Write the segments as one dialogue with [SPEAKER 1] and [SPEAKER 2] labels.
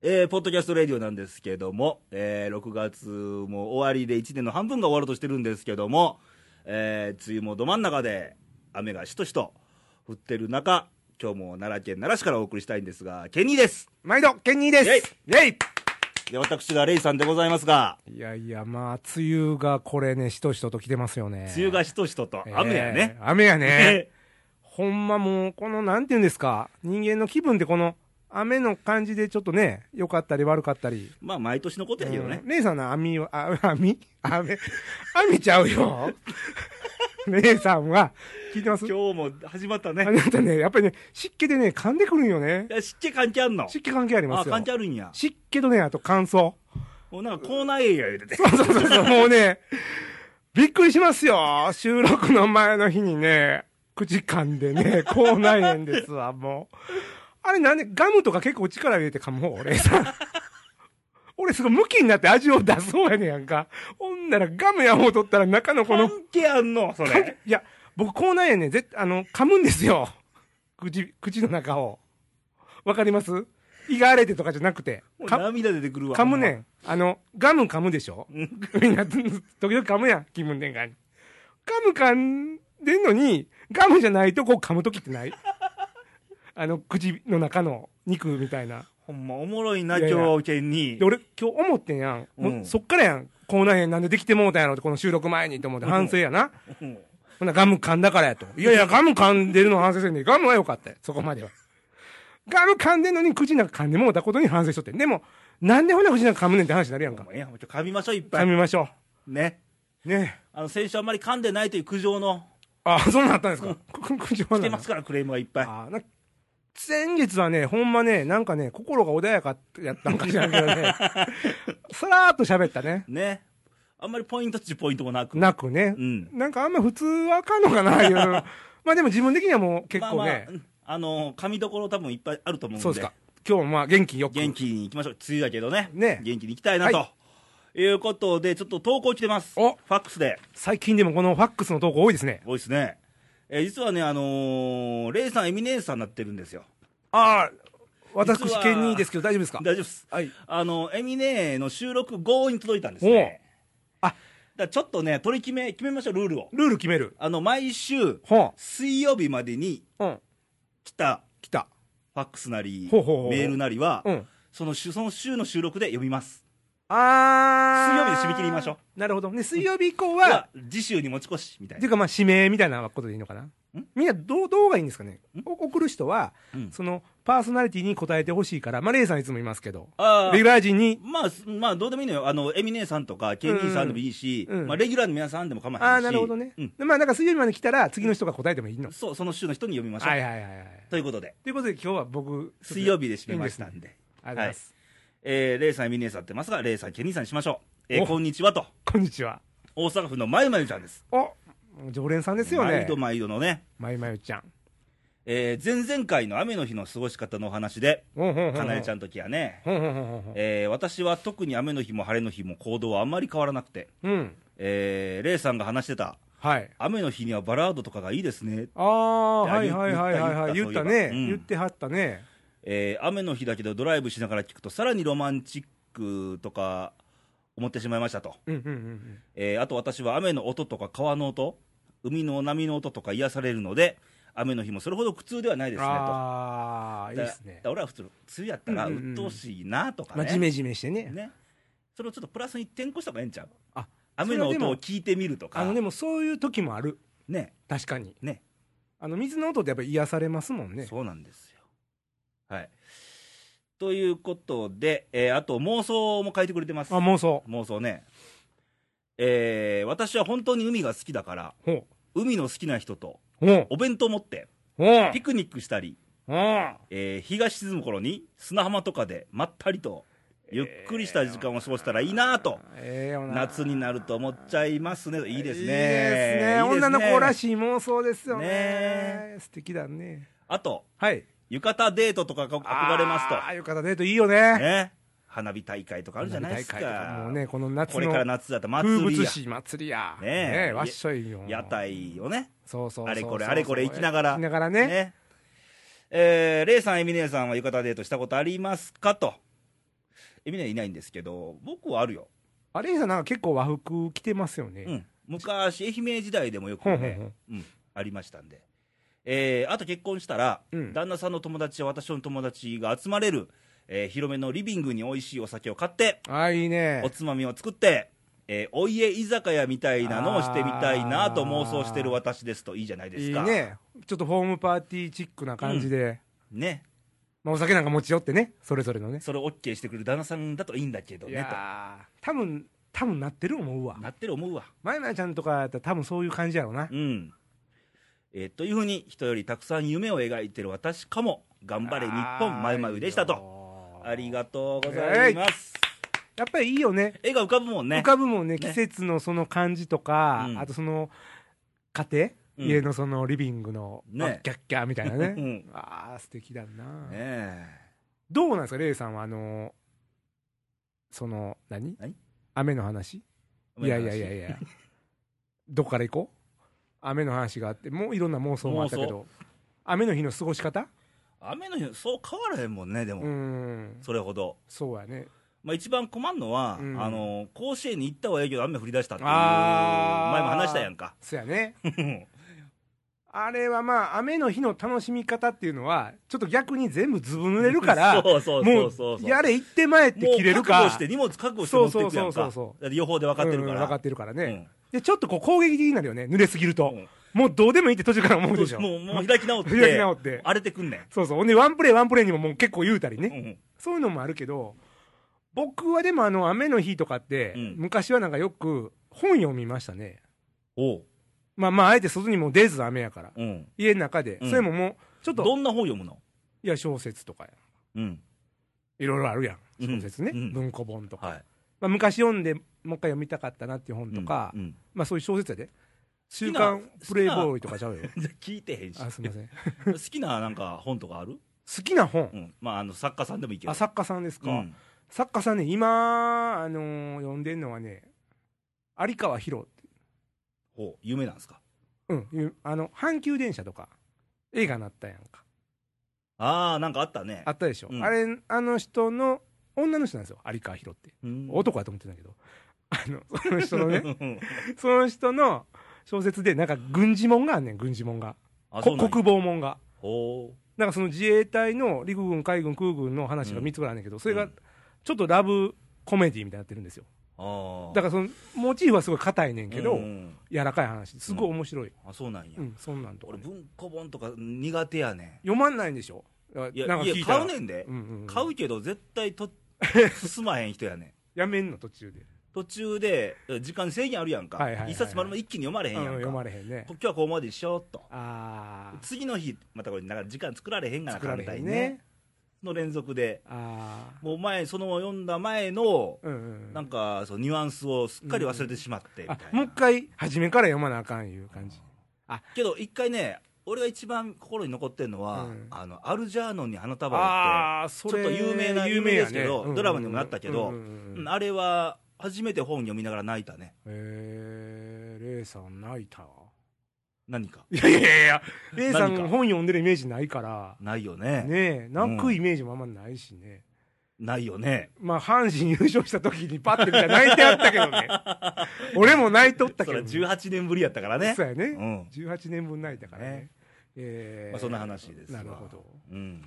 [SPEAKER 1] えーポッドキャストレディオなんですけども、えー6月も終わりで1年の半分が終わろうとしてるんですけども、えー梅雨もど真ん中で雨がしとしと降ってる中今日も奈良県奈良市からお送りしたいんですがケニーです
[SPEAKER 2] 毎度、ケンニーです。イェイ
[SPEAKER 1] で私がレイさんでございますが
[SPEAKER 2] いやいや、まあ、梅雨がこれね、しとしとと来てますよね。
[SPEAKER 1] 梅雨がしとしとと
[SPEAKER 2] えー
[SPEAKER 1] 雨やね、
[SPEAKER 2] 雨や ね
[SPEAKER 1] ね。
[SPEAKER 2] ほんまもう、この、なんていうんですか、人間の気分ってこの、雨の感じでちょっとね、良かったり悪かったり。
[SPEAKER 1] まあ毎年のことやけどね
[SPEAKER 2] う、ん姉さんの網は、あ網雨、網ちゃ うよ。姉さんは、聞いてますあ
[SPEAKER 1] 今日も始まったね
[SPEAKER 2] なたね、やっぱりね、湿気でね、噛んでくるんよね
[SPEAKER 1] い。や湿気関係あんの
[SPEAKER 2] 湿気関係ありま
[SPEAKER 1] あ
[SPEAKER 2] すよ。
[SPEAKER 1] 関係あるんや
[SPEAKER 2] 湿気とね、あと乾燥。
[SPEAKER 1] もうなんかコーナー営業言うてて
[SPEAKER 2] そうそうそうそう、もうね、びっくりしますよ。収録の前の日にね、口噛ん でね、口内炎ですわ、もう。あれなんで、ガムとか結構力入れて噛む方、俺さ。俺すごい向きになって味を出そうやねやんか。ほんならガムやもう取ったら中のこの
[SPEAKER 1] 関、係あんのそれ
[SPEAKER 2] いや、僕口内炎ね、絶あの、噛むんですよ。口、口の中を。わかります胃が荒れてとかじゃなくて。
[SPEAKER 1] もう
[SPEAKER 2] 噛む
[SPEAKER 1] 涙出てくるわ
[SPEAKER 2] 噛むねん。あの、ガム噛むでしょ
[SPEAKER 1] う
[SPEAKER 2] み
[SPEAKER 1] ん
[SPEAKER 2] んな、時々噛むやん、気分転換に。ガム噛んでんのに、ガムじゃないとこう噛むときってないあの、口の中の肉みたいな。
[SPEAKER 1] ほんまおもろいない
[SPEAKER 2] やいや
[SPEAKER 1] 今日県に
[SPEAKER 2] で、俺今日思ってんやん。もう
[SPEAKER 1] うん
[SPEAKER 2] そっからやん。口内炎なんでできてもうたんやろって、この収録前にと思って反省やな。
[SPEAKER 1] うん
[SPEAKER 2] ほな、ガム噛んだからやと。いやいや、ガム噛んでるの反省せんで、ガムは良かったよ、そこまでは。ガム噛んでんのに口の中噛んでもうたことに反省しとってん。でも、なんでほな口の中噛むねんって話になるやん
[SPEAKER 1] ほ
[SPEAKER 2] か
[SPEAKER 1] ん。まいやもうちょっと噛みましょういっぱ
[SPEAKER 2] 噛
[SPEAKER 1] い
[SPEAKER 2] みましょ
[SPEAKER 1] ね
[SPEAKER 2] う。ねえ。
[SPEAKER 1] あの先週あんまり噛んでないという苦情の
[SPEAKER 2] あ、そうなったんですか。くく口は
[SPEAKER 1] 来て
[SPEAKER 2] な
[SPEAKER 1] ますからクレームがいっぱい
[SPEAKER 2] あな先月はね、ほんまね、なんかね、心が穏やかやったんか知らんけど ね、さらーっと喋ったね。
[SPEAKER 1] ねあんまりポイントっちゅうポイントもなく
[SPEAKER 2] なくね
[SPEAKER 1] う。ん
[SPEAKER 2] なんかあんま普通はあかんのかな、 いう。まあでも自分的にはもう結構
[SPEAKER 1] まあまあ
[SPEAKER 2] ね
[SPEAKER 1] う、んあの噛みどころ多分いっぱいあると思うんで
[SPEAKER 2] そうですか。今日もまあ元気よく。
[SPEAKER 1] 元気に行きましょう梅雨だけどね
[SPEAKER 2] ね
[SPEAKER 1] 元気に行きたいなと、、
[SPEAKER 2] はい
[SPEAKER 1] うことでちょっと投稿来てますフ
[SPEAKER 2] お
[SPEAKER 1] ァックスで
[SPEAKER 2] 最近でもこのファックスの投稿多いですね。
[SPEAKER 1] 多いですね、えー実はねあのーレイさんエミネーさんになってるんですよ
[SPEAKER 2] ああ、
[SPEAKER 1] 実
[SPEAKER 2] 私、
[SPEAKER 1] は
[SPEAKER 2] ケニーですけど大丈夫ですか
[SPEAKER 1] 大丈夫です
[SPEAKER 2] はい。
[SPEAKER 1] あのエミネの収録後に届いたんですね
[SPEAKER 2] おうあ
[SPEAKER 1] だからちょっとね取り決め決めましょうルールを
[SPEAKER 2] ルール決める。
[SPEAKER 1] あの毎週
[SPEAKER 2] ほ
[SPEAKER 1] 水曜日までに
[SPEAKER 2] う。うん。
[SPEAKER 1] 来た
[SPEAKER 2] 来た。
[SPEAKER 1] ファックスなり
[SPEAKER 2] ほうほうほう
[SPEAKER 1] メールなりは、
[SPEAKER 2] うん。
[SPEAKER 1] その週その週の収録で読みます
[SPEAKER 2] あー
[SPEAKER 1] 水曜日で締め切りましょ
[SPEAKER 2] うなるほどね水曜日以降
[SPEAKER 1] は
[SPEAKER 2] は
[SPEAKER 1] 次週に持ち越しみたい
[SPEAKER 2] って
[SPEAKER 1] な
[SPEAKER 2] いうかまあ指名みたいなことでいいのかなみんなどうどうがいいんですかねお送る人は、
[SPEAKER 1] うん
[SPEAKER 2] そのパーソナリティに答えてほしいからまあレイさんいつもいますけど
[SPEAKER 1] あー
[SPEAKER 2] レギュラー陣に
[SPEAKER 1] まあすまあどうでもいいのよあのエミネさんとかケニーさんでもいいし、
[SPEAKER 2] うんうん
[SPEAKER 1] まあ、レギュラーの皆さんでも構わへんし
[SPEAKER 2] ああなるほどね、
[SPEAKER 1] うん
[SPEAKER 2] でまあなんか水曜日まで来たら次の人が答えてもいいの、
[SPEAKER 1] そうその週の人に読みましょう、
[SPEAKER 2] はいはいはいはい
[SPEAKER 1] ということで
[SPEAKER 2] ということで今日は僕
[SPEAKER 1] 水曜日で締めました
[SPEAKER 2] いい
[SPEAKER 1] ん
[SPEAKER 2] ん
[SPEAKER 1] で
[SPEAKER 2] ですねありがとうございます、
[SPEAKER 1] えーレイさんエミネさんってますがレイさんケニーさんにしましょう、えー
[SPEAKER 2] お
[SPEAKER 1] こんにちはと
[SPEAKER 2] こんにちは
[SPEAKER 1] 大阪府のまゆまゆちゃんです
[SPEAKER 2] お常連さんですよ
[SPEAKER 1] 毎
[SPEAKER 2] ね
[SPEAKER 1] 度毎度のね、
[SPEAKER 2] まゆまゆちゃん
[SPEAKER 1] えー前々回の雨の日の過ごし方のお話でか
[SPEAKER 2] か
[SPEAKER 1] なえちゃ
[SPEAKER 2] ん
[SPEAKER 1] んの時はね、
[SPEAKER 2] ほんほんほんほんほん
[SPEAKER 1] えー私は特に雨の日も晴れの日も行動はあんまり変わらなくて、
[SPEAKER 2] うん
[SPEAKER 1] えー、レイさんが話してた
[SPEAKER 2] はい
[SPEAKER 1] 雨の日にはバラードとかがいいですね、
[SPEAKER 2] ああはいはいはいはいはい
[SPEAKER 1] 言
[SPEAKER 2] 言
[SPEAKER 1] っ
[SPEAKER 2] ったた
[SPEAKER 1] 言ったそういえば
[SPEAKER 2] ね、
[SPEAKER 1] うん
[SPEAKER 2] 言ってはったね
[SPEAKER 1] えー雨の日だけどドライブしながら聞くとさらにロマンチックとか思ってしまいましたと、
[SPEAKER 2] うんうんうんうん
[SPEAKER 1] えーあと私は雨の音とか川の音海の波の音とか癒されるので雨の日もそれほど苦痛ではないですねと
[SPEAKER 2] ああいいですね
[SPEAKER 1] だから俺は普通梅雨やったら
[SPEAKER 2] うんうんうん
[SPEAKER 1] 鬱陶しいなとかね,、
[SPEAKER 2] まあジメジメしてね
[SPEAKER 1] ねそれをちょっとプラスに転向した方がええんちゃう
[SPEAKER 2] あ
[SPEAKER 1] 雨の
[SPEAKER 2] そ
[SPEAKER 1] 音
[SPEAKER 2] れはで
[SPEAKER 1] を
[SPEAKER 2] も
[SPEAKER 1] 聞いてみるとか
[SPEAKER 2] あのでもそういう時もある
[SPEAKER 1] ね
[SPEAKER 2] 確かに
[SPEAKER 1] ね
[SPEAKER 2] あの水の音ってやっぱ癒されますもんね
[SPEAKER 1] そうなんですよはいということで、えーあと妄想も書いてくれてます
[SPEAKER 2] あ妄想
[SPEAKER 1] 妄想ねえー私は本当に海が好きだから
[SPEAKER 2] ほう
[SPEAKER 1] 海の好きな人と
[SPEAKER 2] ほう
[SPEAKER 1] お弁当持って
[SPEAKER 2] ほう
[SPEAKER 1] ピクニックしたり、
[SPEAKER 2] ほう
[SPEAKER 1] えー日が沈む頃に砂浜とかでまったりとゆっくりした時間を過ごせたらいいなと、
[SPEAKER 2] ええよな
[SPEAKER 1] 夏になると思っちゃいますねいいですね
[SPEAKER 2] いいですね女の子らしい妄想ですよね
[SPEAKER 1] ね
[SPEAKER 2] 素敵だね
[SPEAKER 1] あと
[SPEAKER 2] はい
[SPEAKER 1] 浴衣デートとかが憧れます
[SPEAKER 2] ああ
[SPEAKER 1] と
[SPEAKER 2] いう方デートいいよね
[SPEAKER 1] ね花火大会とかあるじゃないですか
[SPEAKER 2] 花火大会とかもうねこの夏の
[SPEAKER 1] これから夏だと
[SPEAKER 2] 風
[SPEAKER 1] 祭り
[SPEAKER 2] 物
[SPEAKER 1] や
[SPEAKER 2] 詩祭りや
[SPEAKER 1] ねえ
[SPEAKER 2] えわっしょいよ
[SPEAKER 1] 屋台をね
[SPEAKER 2] そうそうそうそう
[SPEAKER 1] あれこれあれこれ行きながら
[SPEAKER 2] 行きながらね
[SPEAKER 1] えーレイさんエミネーさんは浴衣デートしたことありますかとエミネいないんですけど、僕はあるよ。
[SPEAKER 2] アレンさんなんか結構和服着てますよね。
[SPEAKER 1] うん、昔、愛媛時代でもよく
[SPEAKER 2] ほんほん
[SPEAKER 1] ね、うん、ありましたんで、えーあと結婚したら、
[SPEAKER 2] うん
[SPEAKER 1] 旦那さんの友達や私の友達が集まれる、えー広めのリビングに美味しいお酒を買って、
[SPEAKER 2] ああ、いいね
[SPEAKER 1] お。つまみを作って、えーお家居酒屋みたいなのをしてみたいなと妄想してる私ですといいじゃないで
[SPEAKER 2] い
[SPEAKER 1] す
[SPEAKER 2] い
[SPEAKER 1] か。
[SPEAKER 2] ね。ちょっとホームパーティーチックな感じで。
[SPEAKER 1] ね
[SPEAKER 2] まあ、お酒なんか持ち寄ってね、それぞれのね。
[SPEAKER 1] それを OK してくれる旦那さんだといいんだけど
[SPEAKER 2] い
[SPEAKER 1] ね
[SPEAKER 2] やー多分、多分なってる思うわ
[SPEAKER 1] と。。なってる思うわ。
[SPEAKER 2] まいまいちゃんとかやったら多分そういう感じやろうな。
[SPEAKER 1] うん。えーというふうに、人よりたくさん夢を描いてる私かも、頑張れ日本、まゆまゆでしたと。
[SPEAKER 2] と
[SPEAKER 1] ありがとうございます。
[SPEAKER 2] やっぱりいいよね。
[SPEAKER 1] 絵が浮かぶもんね
[SPEAKER 2] 浮。かぶもんね、
[SPEAKER 1] ね
[SPEAKER 2] 季節のその感じとか、
[SPEAKER 1] うん
[SPEAKER 2] あとその家庭、
[SPEAKER 1] うん
[SPEAKER 2] 家のそのリビングの、
[SPEAKER 1] ね
[SPEAKER 2] あキャッキャーみたいな
[SPEAKER 1] う
[SPEAKER 2] ね。
[SPEAKER 1] ん
[SPEAKER 2] ああ、素敵だな、
[SPEAKER 1] ねえ
[SPEAKER 2] どうなんですか、レイさんは、あのその、何
[SPEAKER 1] 何
[SPEAKER 2] 雨の話いやいやいやいや、どこから行こう雨の話があって、もういろんな妄想もあったけ
[SPEAKER 1] 妄
[SPEAKER 2] ど、雨の日の過ごし方
[SPEAKER 1] 雨の日、そう変わらへんもんね、で
[SPEAKER 2] う
[SPEAKER 1] も、
[SPEAKER 2] ん、
[SPEAKER 1] それほど。
[SPEAKER 2] そうやね。
[SPEAKER 1] まあ、一番困るのは、
[SPEAKER 2] うん
[SPEAKER 1] あの甲子園に行ったはいいけど雨降り出したっていう前も
[SPEAKER 2] あー
[SPEAKER 1] 話したやんか
[SPEAKER 2] そうやね。
[SPEAKER 1] うん
[SPEAKER 2] あれはまあ、雨の日の楽しみ方っていうのは、ちょっと逆に全部ずぶ濡れるから、
[SPEAKER 1] そうそう
[SPEAKER 2] も
[SPEAKER 1] そう
[SPEAKER 2] う
[SPEAKER 1] そうそう
[SPEAKER 2] やれ行って前って切れるか
[SPEAKER 1] もう覚悟して荷物覚悟して持っていくやんか
[SPEAKER 2] そうそうそうそうそう
[SPEAKER 1] だって予報で分かってるか
[SPEAKER 2] うん
[SPEAKER 1] ら、
[SPEAKER 2] 分かってるからね、
[SPEAKER 1] うん
[SPEAKER 2] でちょっとこう攻撃的になるよね濡れすぎると、
[SPEAKER 1] うん
[SPEAKER 2] もうどうでもいいって途中から思うでしょ
[SPEAKER 1] もうもう開き直って
[SPEAKER 2] 開き直って
[SPEAKER 1] 荒れてくんね
[SPEAKER 2] そうそうほんでワンプレーワンプレーにももう結構言うたりね、
[SPEAKER 1] ん、うん
[SPEAKER 2] そういうのもあるけど僕はでもあの雨の日とかって、
[SPEAKER 1] うん
[SPEAKER 2] 昔はなんかよく本読みましたね
[SPEAKER 1] おう
[SPEAKER 2] まあまああえて外にも出ず雨やから
[SPEAKER 1] うん、
[SPEAKER 2] 家の中で、
[SPEAKER 1] うん
[SPEAKER 2] それももうちょっと
[SPEAKER 1] どんな本読むの、
[SPEAKER 2] いや小説とかや
[SPEAKER 1] うん
[SPEAKER 2] いろいろあるやん
[SPEAKER 1] うん
[SPEAKER 2] 小説ね、
[SPEAKER 1] うん
[SPEAKER 2] 文庫本とか、
[SPEAKER 1] はい、
[SPEAKER 2] まあ、昔読んでもう一回読みたかったなっていう本とか、
[SPEAKER 1] うんうん
[SPEAKER 2] まあそういう小説やで「週
[SPEAKER 1] きな
[SPEAKER 2] 刊プレイボーイ」とかちゃうよ
[SPEAKER 1] じゃあ聞いてへんし
[SPEAKER 2] あすみません
[SPEAKER 1] 好きななんか本とかある、
[SPEAKER 2] 好きな本、
[SPEAKER 1] うんまあ、あの作家さんでもいいけど
[SPEAKER 2] あ作家さんですか、
[SPEAKER 1] うん
[SPEAKER 2] 作家さんね今、あのー読んでんのはね有川博って
[SPEAKER 1] おう有名なんですか
[SPEAKER 2] うんいうあの阪急電車とか映画なったやんか
[SPEAKER 1] ああなんかあったね
[SPEAKER 2] あったでしょ、
[SPEAKER 1] うん
[SPEAKER 2] あれあの人の女の人なんですよ有川博って、
[SPEAKER 1] うん
[SPEAKER 2] 男だと思ってたけどあのその人の ね
[SPEAKER 1] うん
[SPEAKER 2] その人の小説でなんか軍事門があんねん軍事門が
[SPEAKER 1] あそうな
[SPEAKER 2] こ
[SPEAKER 1] んや
[SPEAKER 2] 国防門が
[SPEAKER 1] ほ
[SPEAKER 2] なんかその自衛隊の陸軍、海軍、空軍の話が3つぐらいあるんだけど、
[SPEAKER 1] う
[SPEAKER 2] それ
[SPEAKER 1] う
[SPEAKER 2] が
[SPEAKER 1] ん
[SPEAKER 2] ちょっとラブコメディみたいになってるんですよ。
[SPEAKER 1] ああ
[SPEAKER 2] だからそのモチーフはすごい硬いねんけど、
[SPEAKER 1] うん
[SPEAKER 2] 柔らかい話、すごい面白い。
[SPEAKER 1] あそうなんや、
[SPEAKER 2] うん、そんなんとか
[SPEAKER 1] 俺
[SPEAKER 2] ね、
[SPEAKER 1] 文庫本とか苦手やね
[SPEAKER 2] 読まんないんでしょだから
[SPEAKER 1] んいや
[SPEAKER 2] なんか
[SPEAKER 1] い
[SPEAKER 2] 聞い
[SPEAKER 1] や
[SPEAKER 2] たら
[SPEAKER 1] 買うねんで、
[SPEAKER 2] うんうんうん
[SPEAKER 1] 買うけど絶対と進まへん人やね ん
[SPEAKER 2] やめんの途中で。
[SPEAKER 1] 途中で時間制限あるやんか、
[SPEAKER 2] はいはいはいはい
[SPEAKER 1] 一冊丸々一気に読まれへんやん
[SPEAKER 2] うん
[SPEAKER 1] か、
[SPEAKER 2] 読ま
[SPEAKER 1] れ
[SPEAKER 2] れへんね。
[SPEAKER 1] 今日はここまでにしようっと
[SPEAKER 2] あー
[SPEAKER 1] 次の日またこれなんか時間作られへんがな
[SPEAKER 2] 作られ
[SPEAKER 1] 簡
[SPEAKER 2] へ
[SPEAKER 1] 単
[SPEAKER 2] ん
[SPEAKER 1] に
[SPEAKER 2] ね。
[SPEAKER 1] の連続で
[SPEAKER 2] ああ。
[SPEAKER 1] もう前その読んだ前の
[SPEAKER 2] うんうん。
[SPEAKER 1] なんかそのニュアンスをすっかり忘れてしまってみた
[SPEAKER 2] あ
[SPEAKER 1] いな、
[SPEAKER 2] もう一回、初めから読まなあかんいう感じ。
[SPEAKER 1] けど一回ね俺が一番心に残ってるのは、
[SPEAKER 2] うん
[SPEAKER 1] あのアルジャーノンに花束をっ
[SPEAKER 2] ああ、そ
[SPEAKER 1] ちょっと有名な有名ですけど
[SPEAKER 2] 有名やね
[SPEAKER 1] ドラマにもなったけど
[SPEAKER 2] うんうんうん
[SPEAKER 1] て、
[SPEAKER 2] うん
[SPEAKER 1] うんあれは初めて本読みながら泣いたね
[SPEAKER 2] えー、レイさん泣いた
[SPEAKER 1] 何か
[SPEAKER 2] いやいやいやいや、レイさん
[SPEAKER 1] 何か
[SPEAKER 2] 本読んでるイメージないから、
[SPEAKER 1] ないよね
[SPEAKER 2] ねえ、泣くイメージもあんまないしね。
[SPEAKER 1] ないよね
[SPEAKER 2] まあ、阪神優勝した時にパッて見たら泣いてあったけ どね。俺も泣いとったけ
[SPEAKER 1] そ
[SPEAKER 2] ど、
[SPEAKER 1] れ18年ぶりやったからね
[SPEAKER 2] そうやね、
[SPEAKER 1] うん
[SPEAKER 2] 18年分泣いたからね。
[SPEAKER 1] ね
[SPEAKER 2] えー
[SPEAKER 1] まあ、そんな話ですわ
[SPEAKER 2] なるほど。
[SPEAKER 1] うん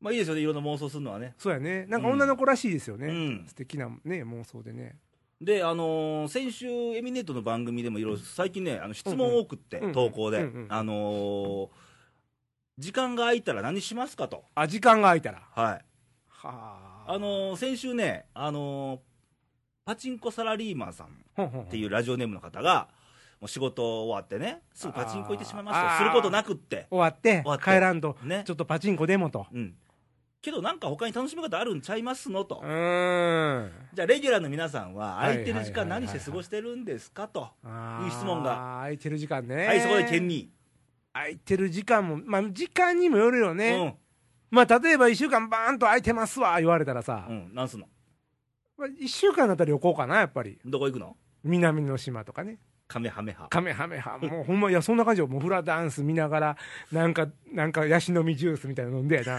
[SPEAKER 1] まあいいですよねいろんな妄想するのはね
[SPEAKER 2] そうやね。なんか女の子らしいですよね。
[SPEAKER 1] うん
[SPEAKER 2] 素敵なね、妄想でね。
[SPEAKER 1] であのー先週エミネートの番組でもいろいろ最近ねあの質問多くって、
[SPEAKER 2] うんうん
[SPEAKER 1] 投稿で、
[SPEAKER 2] うんうん
[SPEAKER 1] あのー時間が空いたら何しますかと
[SPEAKER 2] あ、時間が空いたら。
[SPEAKER 1] はい
[SPEAKER 2] は
[SPEAKER 1] あ、のー先週ね、あのーパチンコサラリーマンさんっ
[SPEAKER 2] ほんほんほん
[SPEAKER 1] ていうラジオネームの方が、もう仕事終わってね、すぐパチンコ行ってしまいました
[SPEAKER 2] あー
[SPEAKER 1] とすることなくって、
[SPEAKER 2] 終わって
[SPEAKER 1] 終わって
[SPEAKER 2] 帰らんと、
[SPEAKER 1] ね
[SPEAKER 2] ちょっとパチンコでもと。
[SPEAKER 1] うん、けどなんか他に楽しみ方あるんちゃいますのと
[SPEAKER 2] う、ーん。
[SPEAKER 1] じゃあ、レギュラーの皆さんは、空いてる時間、
[SPEAKER 2] はいはいはいはい
[SPEAKER 1] 何して過ごしてるんですかと、
[SPEAKER 2] あー
[SPEAKER 1] いう質問が
[SPEAKER 2] 空いてる時間ね。
[SPEAKER 1] はい、そこで県に、
[SPEAKER 2] 空いてる時間も、まあ、時間にもよるよ
[SPEAKER 1] う
[SPEAKER 2] ね。
[SPEAKER 1] ん
[SPEAKER 2] まあ、例えば1週間バーンと空いてますわ、言われたらさ、
[SPEAKER 1] うん、なんすんの、
[SPEAKER 2] まあ、1週間だったら旅行かな、やっぱり。
[SPEAKER 1] どこ行くの
[SPEAKER 2] 南の島とかね。
[SPEAKER 1] カメハ メハ。
[SPEAKER 2] カメハメハ、もうほんま、いや、そんな感じよ。もうフラダンス見ながら、なんか、なんか、ヤシの実ジュースみたいなの飲んでやな。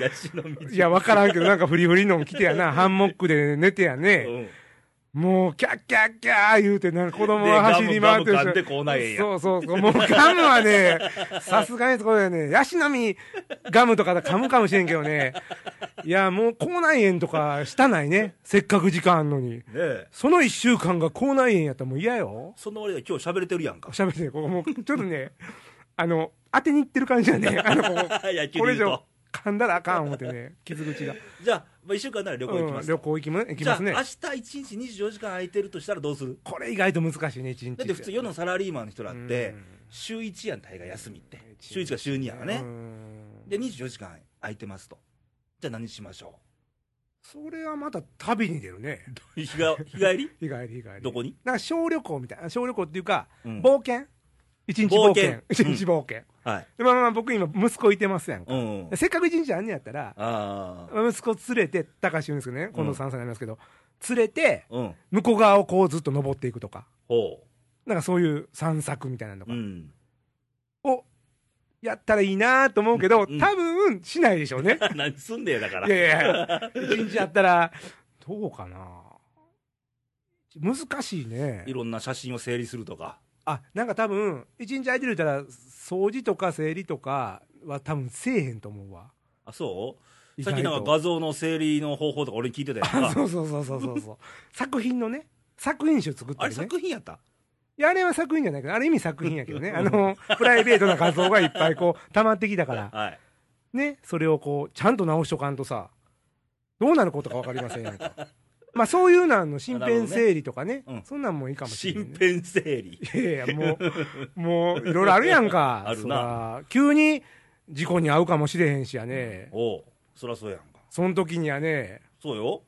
[SPEAKER 1] ヤシの実。
[SPEAKER 2] いや、わからんけど、なんかフリフリのん来てやな。ハンモックで寝てやね。
[SPEAKER 1] うん
[SPEAKER 2] もう、キャッキャッキャー言うて、なんか子供が走り回って
[SPEAKER 1] で
[SPEAKER 2] る
[SPEAKER 1] ガムガム噛んでこうなんや
[SPEAKER 2] そうそうそう。もうガムはね、さすがにそこでね、ヤシの実ガムとかで噛むかもしれんけどね。いや、もう口内炎とかしたないね。せっかく時間あんのに。
[SPEAKER 1] ねえ
[SPEAKER 2] その一週間が口内炎やったらもう嫌よ。
[SPEAKER 1] その割には今日喋れてるやんか。
[SPEAKER 2] 喋ってね、ここもう、ちょっとね、あの、当てにいってる感じだね。あの、こ こ、
[SPEAKER 1] 野球
[SPEAKER 2] これ
[SPEAKER 1] で
[SPEAKER 2] 以
[SPEAKER 1] 言う
[SPEAKER 2] 上
[SPEAKER 1] と。
[SPEAKER 2] 噛んだらあかん思ってね、傷口が。
[SPEAKER 1] じゃあ、まあ、1週間なら旅行行きま
[SPEAKER 2] うん
[SPEAKER 1] す。
[SPEAKER 2] 旅行行きま行きますね
[SPEAKER 1] じゃ。あ、明日1日24時間空いてるとしたらどうする
[SPEAKER 2] これ意外と難しいね、一日
[SPEAKER 1] だって普通、世のサラリーマンの人らっ
[SPEAKER 2] う
[SPEAKER 1] て
[SPEAKER 2] ん、
[SPEAKER 1] 週1やん、大概休みって。
[SPEAKER 2] 一日
[SPEAKER 1] 週1か週2やからね
[SPEAKER 2] う。ん
[SPEAKER 1] で、24時間空いてますと。じゃあ何しましょ
[SPEAKER 2] それはまた旅に出るね。
[SPEAKER 1] う 日が日帰り
[SPEAKER 2] 日帰り日帰り。
[SPEAKER 1] どこに、
[SPEAKER 2] なんか小旅行みたいな。小旅行っていうか、
[SPEAKER 1] うん
[SPEAKER 2] 冒険。一日冒険。
[SPEAKER 1] 冒険
[SPEAKER 2] 一日冒険。
[SPEAKER 1] はい。
[SPEAKER 2] でまあまあまあ僕今息子いてますやんか。
[SPEAKER 1] うん。
[SPEAKER 2] せっかく一日あんねやったら、
[SPEAKER 1] ああ。
[SPEAKER 2] 息子連れて、高橋言うんですけどね、今度3歳になりますけど、連れて、
[SPEAKER 1] うん。
[SPEAKER 2] 向こう側をこうずっと登っていくとか、
[SPEAKER 1] ほ
[SPEAKER 2] なんかそういう散策みたいなのと
[SPEAKER 1] う。う
[SPEAKER 2] か
[SPEAKER 1] ん。
[SPEAKER 2] をやったらいいなと思うけど、
[SPEAKER 1] うん
[SPEAKER 2] 多分しないでしょうね。
[SPEAKER 1] 何すんねやだから。
[SPEAKER 2] いやいや、一日やったら、どうかな。難しいね
[SPEAKER 1] い。ろんな写真を整理するとか。
[SPEAKER 2] あ、なんか多分、一日空いてる言ったら、掃除とか整理とかは多分せえへんと思うわ。
[SPEAKER 1] あ、そう
[SPEAKER 2] 意
[SPEAKER 1] さっ
[SPEAKER 2] 外
[SPEAKER 1] き
[SPEAKER 2] と
[SPEAKER 1] なんか画像の整理の方法とか俺に聞いてたやんか。
[SPEAKER 2] そうそうそうそうそうそう。作品のね、作品集作っ
[SPEAKER 1] あ
[SPEAKER 2] た
[SPEAKER 1] れ
[SPEAKER 2] りね。
[SPEAKER 1] 作品やった
[SPEAKER 2] いや、あれは作品じゃないけど、ある意味作品やけどね。
[SPEAKER 1] うん
[SPEAKER 2] あの、プライベートな画像がいっぱいこう、溜まってきたから。
[SPEAKER 1] はい。
[SPEAKER 2] ね、それをこう、ちゃんと直しとかんとさ、どうなることか分かりませんや んか。まあそういうなんの身辺整理とかね、
[SPEAKER 1] なるほどねうん
[SPEAKER 2] そんなんもいいかもしれ
[SPEAKER 1] 身
[SPEAKER 2] ない、
[SPEAKER 1] 辺整理。
[SPEAKER 2] いやいや、もう、もう、いろいろあるやんか。
[SPEAKER 1] あるな
[SPEAKER 2] そら。急に事故に遭うかもしれへんしやね。
[SPEAKER 1] おう。そらそうやんか。
[SPEAKER 2] その時にはね、
[SPEAKER 1] そうよ。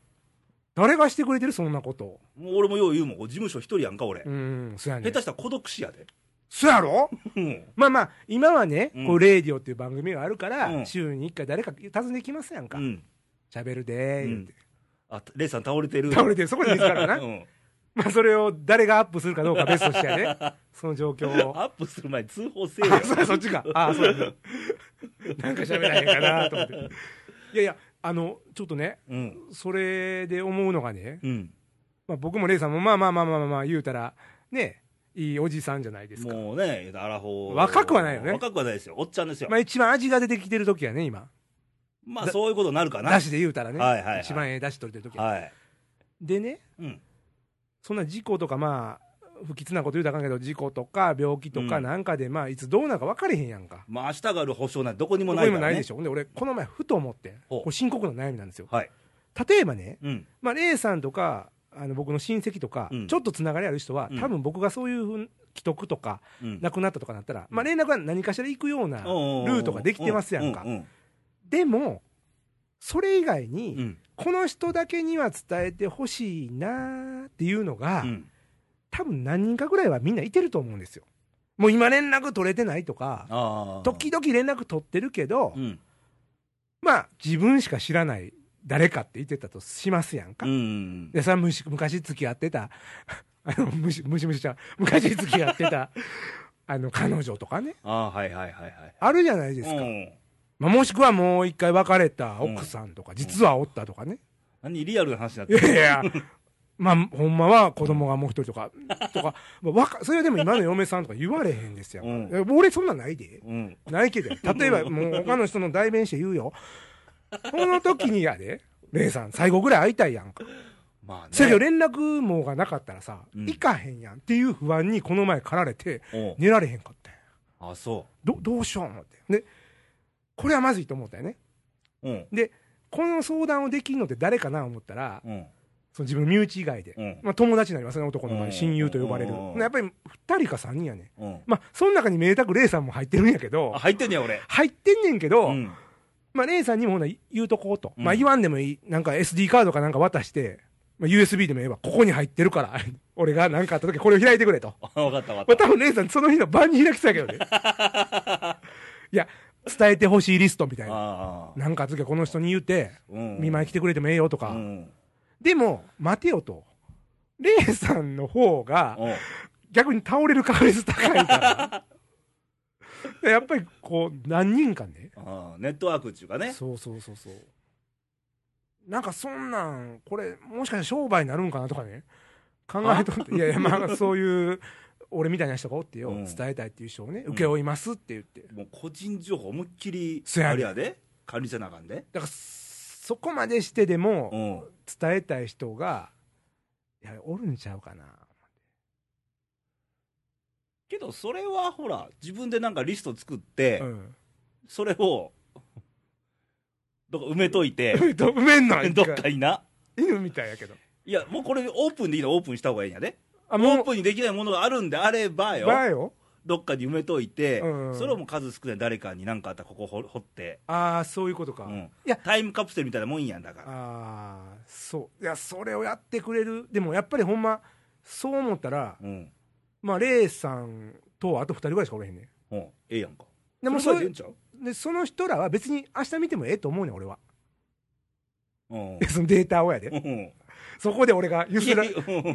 [SPEAKER 2] 誰がしてくれてるそんなこと。
[SPEAKER 1] もう俺もよう言うもん。事務所一人やんか、俺。
[SPEAKER 2] うん、そやね
[SPEAKER 1] 下。手したら孤独死やで。
[SPEAKER 2] そやろ
[SPEAKER 1] うん。
[SPEAKER 2] まあまあ、今はね、
[SPEAKER 1] うん
[SPEAKER 2] こう、レイディオっていう番組があるから、
[SPEAKER 1] うん
[SPEAKER 2] 週に一回誰か訪ねてきますやん
[SPEAKER 1] う
[SPEAKER 2] か。
[SPEAKER 1] ん。
[SPEAKER 2] 喋、るでー、言って
[SPEAKER 1] あ、レイさん倒れてる。
[SPEAKER 2] 倒れてる、そこで見つかるかな
[SPEAKER 1] う。ん。
[SPEAKER 2] まあそれを誰がアップするかどうか別として はね、その状況を。
[SPEAKER 1] アップする前に通報せえよ
[SPEAKER 2] あ。 そそっちか。あそ うだなんか喋らへんかなと思って。いやいや、あの、ちょっとね、
[SPEAKER 1] うん。
[SPEAKER 2] それで思うのがね、
[SPEAKER 1] うん。
[SPEAKER 2] まあ、僕もレイさんもまあまあまあまあまあまあ言うたら、ね、いいおじさんじゃないですか。
[SPEAKER 1] もうね、アラフォー。
[SPEAKER 2] 若くはないよね
[SPEAKER 1] 若くはないですよ。おっちゃんですよ。
[SPEAKER 2] まあ一番味が出てきてる時やね、今。
[SPEAKER 1] まあ、そういうことになるかな。
[SPEAKER 2] だしで言うたらね、
[SPEAKER 1] はいはいはい
[SPEAKER 2] 一番ええだし取れてる時、
[SPEAKER 1] はい。
[SPEAKER 2] でね、
[SPEAKER 1] うん。
[SPEAKER 2] そんな事故とかまあ、不吉なこと言うたらあかんけど、事故とか病気とかなんかで、まあいつどうなるか分かれへんやんか。
[SPEAKER 1] まあ、明日がある保証なんてどこにも
[SPEAKER 2] ど
[SPEAKER 1] な
[SPEAKER 2] こ
[SPEAKER 1] い
[SPEAKER 2] に
[SPEAKER 1] か
[SPEAKER 2] も
[SPEAKER 1] ら、ね。
[SPEAKER 2] ないでしょ。ほんで、俺、この前、ふと思って、
[SPEAKER 1] ほう
[SPEAKER 2] これ深刻な悩みなんですよ。
[SPEAKER 1] はい。
[SPEAKER 2] 例えばね、
[SPEAKER 1] うん。
[SPEAKER 2] まあ、レイさんとか、あの僕の親戚とか、
[SPEAKER 1] うん
[SPEAKER 2] ちょっとつながりある人は、
[SPEAKER 1] うん
[SPEAKER 2] 多分僕がそういうふう既得とか、
[SPEAKER 1] うん。
[SPEAKER 2] 亡くなったとかなったら、まあ、連絡は何かしら行くようなル
[SPEAKER 1] おうおうおう
[SPEAKER 2] ートができてますやんか。
[SPEAKER 1] うん。
[SPEAKER 2] でも、それ以外
[SPEAKER 1] う
[SPEAKER 2] に、
[SPEAKER 1] ん。
[SPEAKER 2] この人だけには伝えてほしいなーっていうのが、
[SPEAKER 1] うん。
[SPEAKER 2] 多分何人かぐらいはみんないてると思うんですよ。もう今連絡取れてないとか、
[SPEAKER 1] ああ。
[SPEAKER 2] 時々連絡取ってるけど、
[SPEAKER 1] うん。
[SPEAKER 2] まあ、自分しか知らない誰かって言ってたとしますやんか。
[SPEAKER 1] うん。
[SPEAKER 2] で、それは昔昔付き合ってた、 あの、むし、むしむしちゃん、昔付き合って た、あの、彼女とかね。
[SPEAKER 1] ああ、はいはいはいはい。
[SPEAKER 2] あるじゃないですか。
[SPEAKER 1] うん
[SPEAKER 2] まあ、もしくはもう一回別れた奥さんとか、実はおったとかね。
[SPEAKER 1] 何リアルな話になっ
[SPEAKER 2] い
[SPEAKER 1] てる。
[SPEAKER 2] や いや、まあ、ほんまは子供がもう一人とか、とか、まあわか、それはでも今の嫁さんとか言われへんですよ。
[SPEAKER 1] うん
[SPEAKER 2] いや俺そんなんないで。
[SPEAKER 1] うん。
[SPEAKER 2] ない けど、例えばもう他の人の代弁して言うよ。この時にやで、レイさん、最後ぐらい会いたいやんか。
[SPEAKER 1] まあね。
[SPEAKER 2] せやけど連絡網がなかったらさ、
[SPEAKER 1] うん
[SPEAKER 2] 行かへんやんっていう不安にこの前駆られて、
[SPEAKER 1] おう
[SPEAKER 2] 寝られへんかったんや
[SPEAKER 1] あ、そ
[SPEAKER 2] どどうしよう思って。で、これはまずいと思ったよね。
[SPEAKER 1] う。うん。
[SPEAKER 2] この相談をできるのって誰かな思ったら、
[SPEAKER 1] うん。
[SPEAKER 2] その自分身内以外で。
[SPEAKER 1] うん。
[SPEAKER 2] まあ友達になりますね、男の場
[SPEAKER 1] う
[SPEAKER 2] 合。
[SPEAKER 1] ん
[SPEAKER 2] 親友と呼ばれる
[SPEAKER 1] う。ん
[SPEAKER 2] やっぱり2人か3人やね。
[SPEAKER 1] うん。
[SPEAKER 2] まあ、その中にめでたくレイさんも入ってるんやけど
[SPEAKER 1] あ、、入ってんねや、俺。
[SPEAKER 2] 入ってんねんけど、
[SPEAKER 1] うん。
[SPEAKER 2] まあ、レイさんにもほな言うとこうと、
[SPEAKER 1] うん
[SPEAKER 2] まあ、言わんでもいい、なんか SD カードかなんか渡して、まあ、USB でもええわ、ここに入ってるから、 俺がなんかあった時これを開いてくれと。
[SPEAKER 1] あわかったわか
[SPEAKER 2] まあ、
[SPEAKER 1] った。
[SPEAKER 2] 多分レイさん、その日の晩に開きそうやけど ね。いや、伝えてほしいリストみたいな。
[SPEAKER 1] ああ。
[SPEAKER 2] なんかあった時はこの人に言うて、
[SPEAKER 1] うん
[SPEAKER 2] 見舞い来てくれてもええよと
[SPEAKER 1] う
[SPEAKER 2] か。
[SPEAKER 1] ん。
[SPEAKER 2] でも、待てよと。レイさんの方が、
[SPEAKER 1] おう
[SPEAKER 2] 逆に倒れる確率高 いから。でやっぱりこう、何人かね。
[SPEAKER 1] あーネットワークっていうかね。
[SPEAKER 2] そうそうそうそう。なんかそんなん、これ、もしかしたら商売になるんかなとかね。考えとって、いやいや、まあそういう、俺みたいな人がおってよ、
[SPEAKER 1] うん
[SPEAKER 2] 伝えたいっていう人をね、請け負いますって言って。
[SPEAKER 1] もう個人情報思いっきり
[SPEAKER 2] そやね
[SPEAKER 1] あれやで管理者なあかんで
[SPEAKER 2] だから、そこまでしてでも、
[SPEAKER 1] うん
[SPEAKER 2] 伝えたい人が、いや、おるんちゃうかな。
[SPEAKER 1] けどそれはほら自分でなんかリスト作って、
[SPEAKER 2] うん。
[SPEAKER 1] それをどこ埋めといて
[SPEAKER 2] 埋めんの
[SPEAKER 1] どっかにな
[SPEAKER 2] 犬みたいやけど。
[SPEAKER 1] いやもうこれオープンでいいのオープンした方がいいんやで
[SPEAKER 2] あ、
[SPEAKER 1] オー
[SPEAKER 2] も
[SPEAKER 1] プンにできないものがあるんであれば
[SPEAKER 2] う、
[SPEAKER 1] よ
[SPEAKER 2] バーよ。
[SPEAKER 1] どっかに埋めといて、
[SPEAKER 2] うん
[SPEAKER 1] それをもう数少ない誰かに何かあったらここ掘掘って、
[SPEAKER 2] ああ、そういうことか。
[SPEAKER 1] うん
[SPEAKER 2] いや
[SPEAKER 1] タイムカプセルみたいなもんやんだから
[SPEAKER 2] ああ、そう。いや、それをやってくれる。でもやっぱりほんま、そう思ったら、
[SPEAKER 1] うん
[SPEAKER 2] まあ、レイさんとあと2人ぐらいしかおれへんねん。
[SPEAKER 1] うんええやんか
[SPEAKER 2] でも
[SPEAKER 1] そ
[SPEAKER 2] そ
[SPEAKER 1] れぐらいでええ
[SPEAKER 2] れ
[SPEAKER 1] んちゃう
[SPEAKER 2] でその人らは別に明日見てもええと思うねん、俺は。
[SPEAKER 1] うん
[SPEAKER 2] いやそのデータをやで。
[SPEAKER 1] うん
[SPEAKER 2] そこで俺がゆすら
[SPEAKER 1] う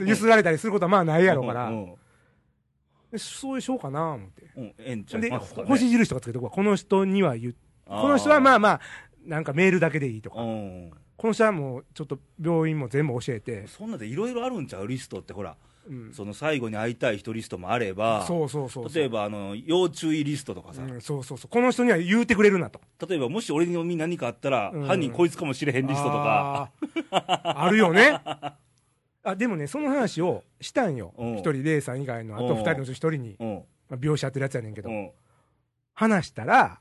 [SPEAKER 1] ん
[SPEAKER 2] ゆすられたりすることはまあないやろうか
[SPEAKER 1] う
[SPEAKER 2] ら、
[SPEAKER 1] ん
[SPEAKER 2] でそうしようかな思って。
[SPEAKER 1] うんええんちゃい
[SPEAKER 2] で、
[SPEAKER 1] ますかね
[SPEAKER 2] 星印とかつけとくわ。この人には言う。
[SPEAKER 1] あー
[SPEAKER 2] この人はまあまあ、なんかメールだけでいいとか。
[SPEAKER 1] うん
[SPEAKER 2] この人はもう、ちょっと病院も全部教えて。
[SPEAKER 1] そんなんでいろいろあるんちゃうリストってほら、
[SPEAKER 2] うん。
[SPEAKER 1] その最後に会いたい人リストもあれば
[SPEAKER 2] そうそうそうそう。
[SPEAKER 1] 例えばあの要注意リストとかさ、
[SPEAKER 2] うん、そうそうそう。この人には言うてくれるなと。
[SPEAKER 1] 例えばもし俺に何かあったら、
[SPEAKER 2] うん
[SPEAKER 1] 犯人こいつかもしれへんリストとか
[SPEAKER 2] あー。あるよね。あ、でもね、その話をしたんよ。
[SPEAKER 1] うん
[SPEAKER 2] 一人、レイさん以外の、あ
[SPEAKER 1] う
[SPEAKER 2] と
[SPEAKER 1] ん
[SPEAKER 2] 二人のうち一人に、
[SPEAKER 1] うん
[SPEAKER 2] まあ、病死やってるやつやねんけど
[SPEAKER 1] う、ん
[SPEAKER 2] 話したら、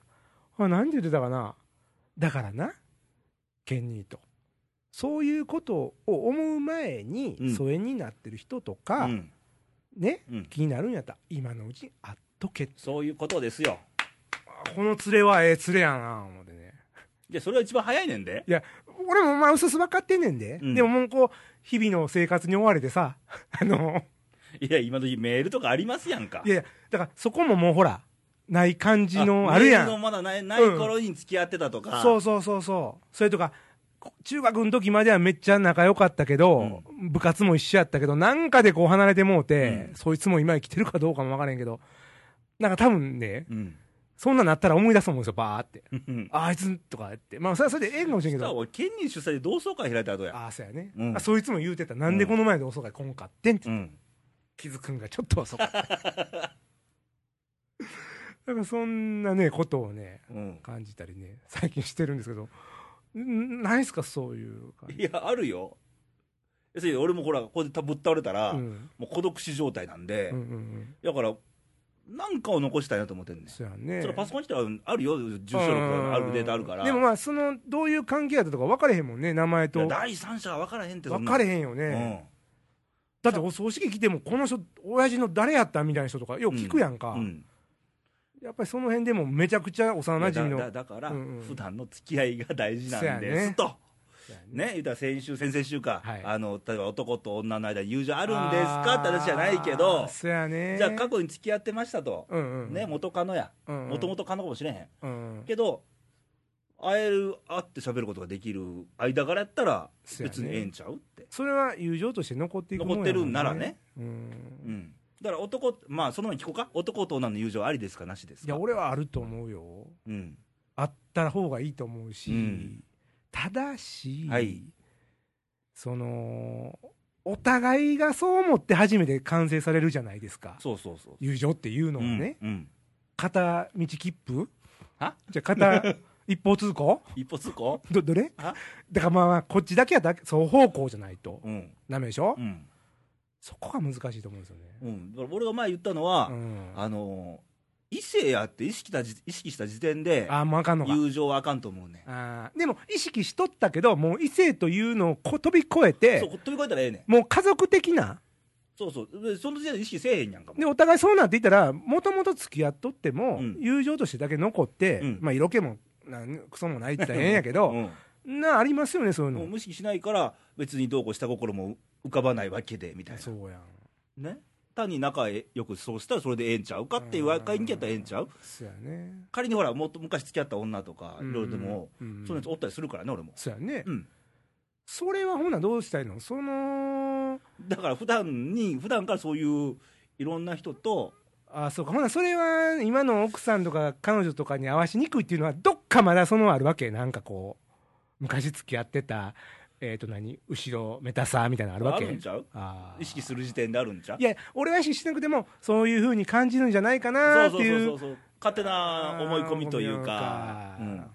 [SPEAKER 2] あ、なんて言ってたかな。だからな、ケンニーと。そういうことを思う前に
[SPEAKER 1] うん、
[SPEAKER 2] 疎遠になってる人と
[SPEAKER 1] う
[SPEAKER 2] か、
[SPEAKER 1] ん
[SPEAKER 2] ね、
[SPEAKER 1] うん
[SPEAKER 2] 気になるんやったら、今のうちにあっとけ。
[SPEAKER 1] そういうことですよ
[SPEAKER 2] あこの連れはええ連れやな、思ってね。
[SPEAKER 1] でそれは一番早いねんで
[SPEAKER 2] いや、俺もまあ、うすうす分かってんねんで。
[SPEAKER 1] うん
[SPEAKER 2] でももうこう、日々の生活に追われてさ、 あの、
[SPEAKER 1] いや今時メールとかありますやんか
[SPEAKER 2] いやいや、だからそこももうほら、ない感じのある
[SPEAKER 1] メ
[SPEAKER 2] や
[SPEAKER 1] ールの
[SPEAKER 2] ん。
[SPEAKER 1] まだないない頃に付き合ってたとか、
[SPEAKER 2] そうそうそうそう。それとか、こ中学の時まではめっちゃ仲良かったけど、部活も一緒やったけど、なんかでこう離れてもうて、
[SPEAKER 1] うん
[SPEAKER 2] そいつも今生きてるかどうかも分からへんけど、なんか多分ね、
[SPEAKER 1] うん
[SPEAKER 2] そんなんなったら思い出すと思うんですよ、バーって。
[SPEAKER 1] うん
[SPEAKER 2] ああいつとかやって。まあ、それはそれでええんかもしれんけ
[SPEAKER 1] だから
[SPEAKER 2] ど。
[SPEAKER 1] 俺県人主催で同窓会開いた後や
[SPEAKER 2] ああ、そうやね、
[SPEAKER 1] うん
[SPEAKER 2] あ。そいつも言うてた。なんでこの前で遅かい、こんかってんって。
[SPEAKER 1] うん
[SPEAKER 2] 気づくんがちょっと遅か った。だからそんなね、ことをね、
[SPEAKER 1] うん
[SPEAKER 2] 感じたりね、最近してるんですけど、んないっすか、そういう感じ。
[SPEAKER 1] いやあるよ要するに俺もほらここでぶっ倒れたら、
[SPEAKER 2] うん。
[SPEAKER 1] もう孤独死状態なんで、
[SPEAKER 2] うんうんうん。
[SPEAKER 1] だから、なんかを残したいなと思ってんねん。そ
[SPEAKER 2] そうやね。
[SPEAKER 1] れパソコン自体はあるよ、住所録があるデータあるから。
[SPEAKER 2] でもまあ、その、どういう関係やったとか分かれへんもんね、名
[SPEAKER 1] い
[SPEAKER 2] 前
[SPEAKER 1] や
[SPEAKER 2] と。
[SPEAKER 1] 第三者は分からへんって、
[SPEAKER 2] 分かれ
[SPEAKER 1] ん
[SPEAKER 2] へんよね。
[SPEAKER 1] ね。
[SPEAKER 2] だってお葬式来ても、この人、親父の誰やったみたいな人とか、よく聞くやんか。
[SPEAKER 1] うんうん
[SPEAKER 2] やっぱりその辺でもめちゃくちゃ幼馴染の。
[SPEAKER 1] だだだから、
[SPEAKER 2] うんうん
[SPEAKER 1] 普段の付き合いが大事なん
[SPEAKER 2] そ
[SPEAKER 1] で
[SPEAKER 2] や
[SPEAKER 1] す
[SPEAKER 2] ね
[SPEAKER 1] と。ね、言うたら先週、先々週か、
[SPEAKER 2] はい
[SPEAKER 1] あの、例えば男と女の間に友情あるんですかって話じゃないけど
[SPEAKER 2] あー、そやね。
[SPEAKER 1] じゃあ過去に付き合ってましたと。
[SPEAKER 2] うんうんうん、
[SPEAKER 1] ね、元カノや。
[SPEAKER 2] うんうん、
[SPEAKER 1] 元々カノかもしれへん。
[SPEAKER 2] うんうん、
[SPEAKER 1] けど、会える、会って喋ることができる間柄やったら、
[SPEAKER 2] そやね
[SPEAKER 1] 別にええんちゃうって。
[SPEAKER 2] それは友情として残っていくもんや
[SPEAKER 1] 残
[SPEAKER 2] も
[SPEAKER 1] っ
[SPEAKER 2] ん
[SPEAKER 1] てるんならね、
[SPEAKER 2] うん、
[SPEAKER 1] うん、だから男、まあ、その前に聞こうか、男と女の友情ありですか、なしですか、
[SPEAKER 2] いや俺はあると思うよ
[SPEAKER 1] うん、
[SPEAKER 2] あった方がいいと思うし、
[SPEAKER 1] うん
[SPEAKER 2] ただし、
[SPEAKER 1] はい
[SPEAKER 2] そのお互いがそう思って初めて完成されるじゃないですか
[SPEAKER 1] そうそうそう、
[SPEAKER 2] 友情っていうのはね、
[SPEAKER 1] うんうん
[SPEAKER 2] 片道切符
[SPEAKER 1] は
[SPEAKER 2] じゃあ 片一方通行
[SPEAKER 1] 一歩通行、
[SPEAKER 2] どどれ
[SPEAKER 1] は
[SPEAKER 2] だからまあこっちだけはだ双方向じゃないと
[SPEAKER 1] うん、
[SPEAKER 2] ダメでしょ、
[SPEAKER 1] うん、
[SPEAKER 2] そこが難しいと思うんですよね、
[SPEAKER 1] うん、だから俺が前言ったのは、
[SPEAKER 2] うん、あ
[SPEAKER 1] あのー異性やって意識したじ意識した時点で、
[SPEAKER 2] あもうあかんのか
[SPEAKER 1] 友情はあかんと思うね、
[SPEAKER 2] あーでも意識しとったけど、もう異性というのをこ飛び越え
[SPEAKER 1] そう
[SPEAKER 2] て、
[SPEAKER 1] 飛び越えたらええねん、
[SPEAKER 2] もう家族的な、
[SPEAKER 1] そうそう、でその時点で意識せえへんやんかも
[SPEAKER 2] で、お互いそうなっていったら、もともと付き合っとっても、
[SPEAKER 1] うん
[SPEAKER 2] 友情としてだけ残って、
[SPEAKER 1] うん
[SPEAKER 2] まあ色気もなんクソもない って言ったらええんやけど、
[SPEAKER 1] うん
[SPEAKER 2] なありますよね、そういうの。
[SPEAKER 1] もう無視しないから、別にどうこうした心も浮かばないわけでみたいな。
[SPEAKER 2] そうやん。
[SPEAKER 1] ね、単に仲良くそうしたらそれでええんちゃうかっていう若い人やったらええんちゃう
[SPEAKER 2] そうやね。
[SPEAKER 1] 仮にほらもっと昔付き合った女とかいろいろでも、
[SPEAKER 2] うん、
[SPEAKER 1] そういうやつおったりするからね俺も、
[SPEAKER 2] そうやね、
[SPEAKER 1] うん、
[SPEAKER 2] それはほんならどうしたいのその、
[SPEAKER 1] だから普段に普段からそういういろんな人と
[SPEAKER 2] あそうかほなそれは今の奥さんとか彼女とかに合わしにくいっていうのはどっかまだそのあるわけなんかこう昔付き合ってたえっ、と何後ろめたさみたいなのあるわ
[SPEAKER 1] あ
[SPEAKER 2] け
[SPEAKER 1] るんちゃう
[SPEAKER 2] あー
[SPEAKER 1] 意識する時点であるんちゃう
[SPEAKER 2] いや俺は意識しなくてもそういうふうに感じるんじゃないかなってい
[SPEAKER 1] そ
[SPEAKER 2] う
[SPEAKER 1] うそうそうそう勝手な思い込みというか
[SPEAKER 2] あー思い込みか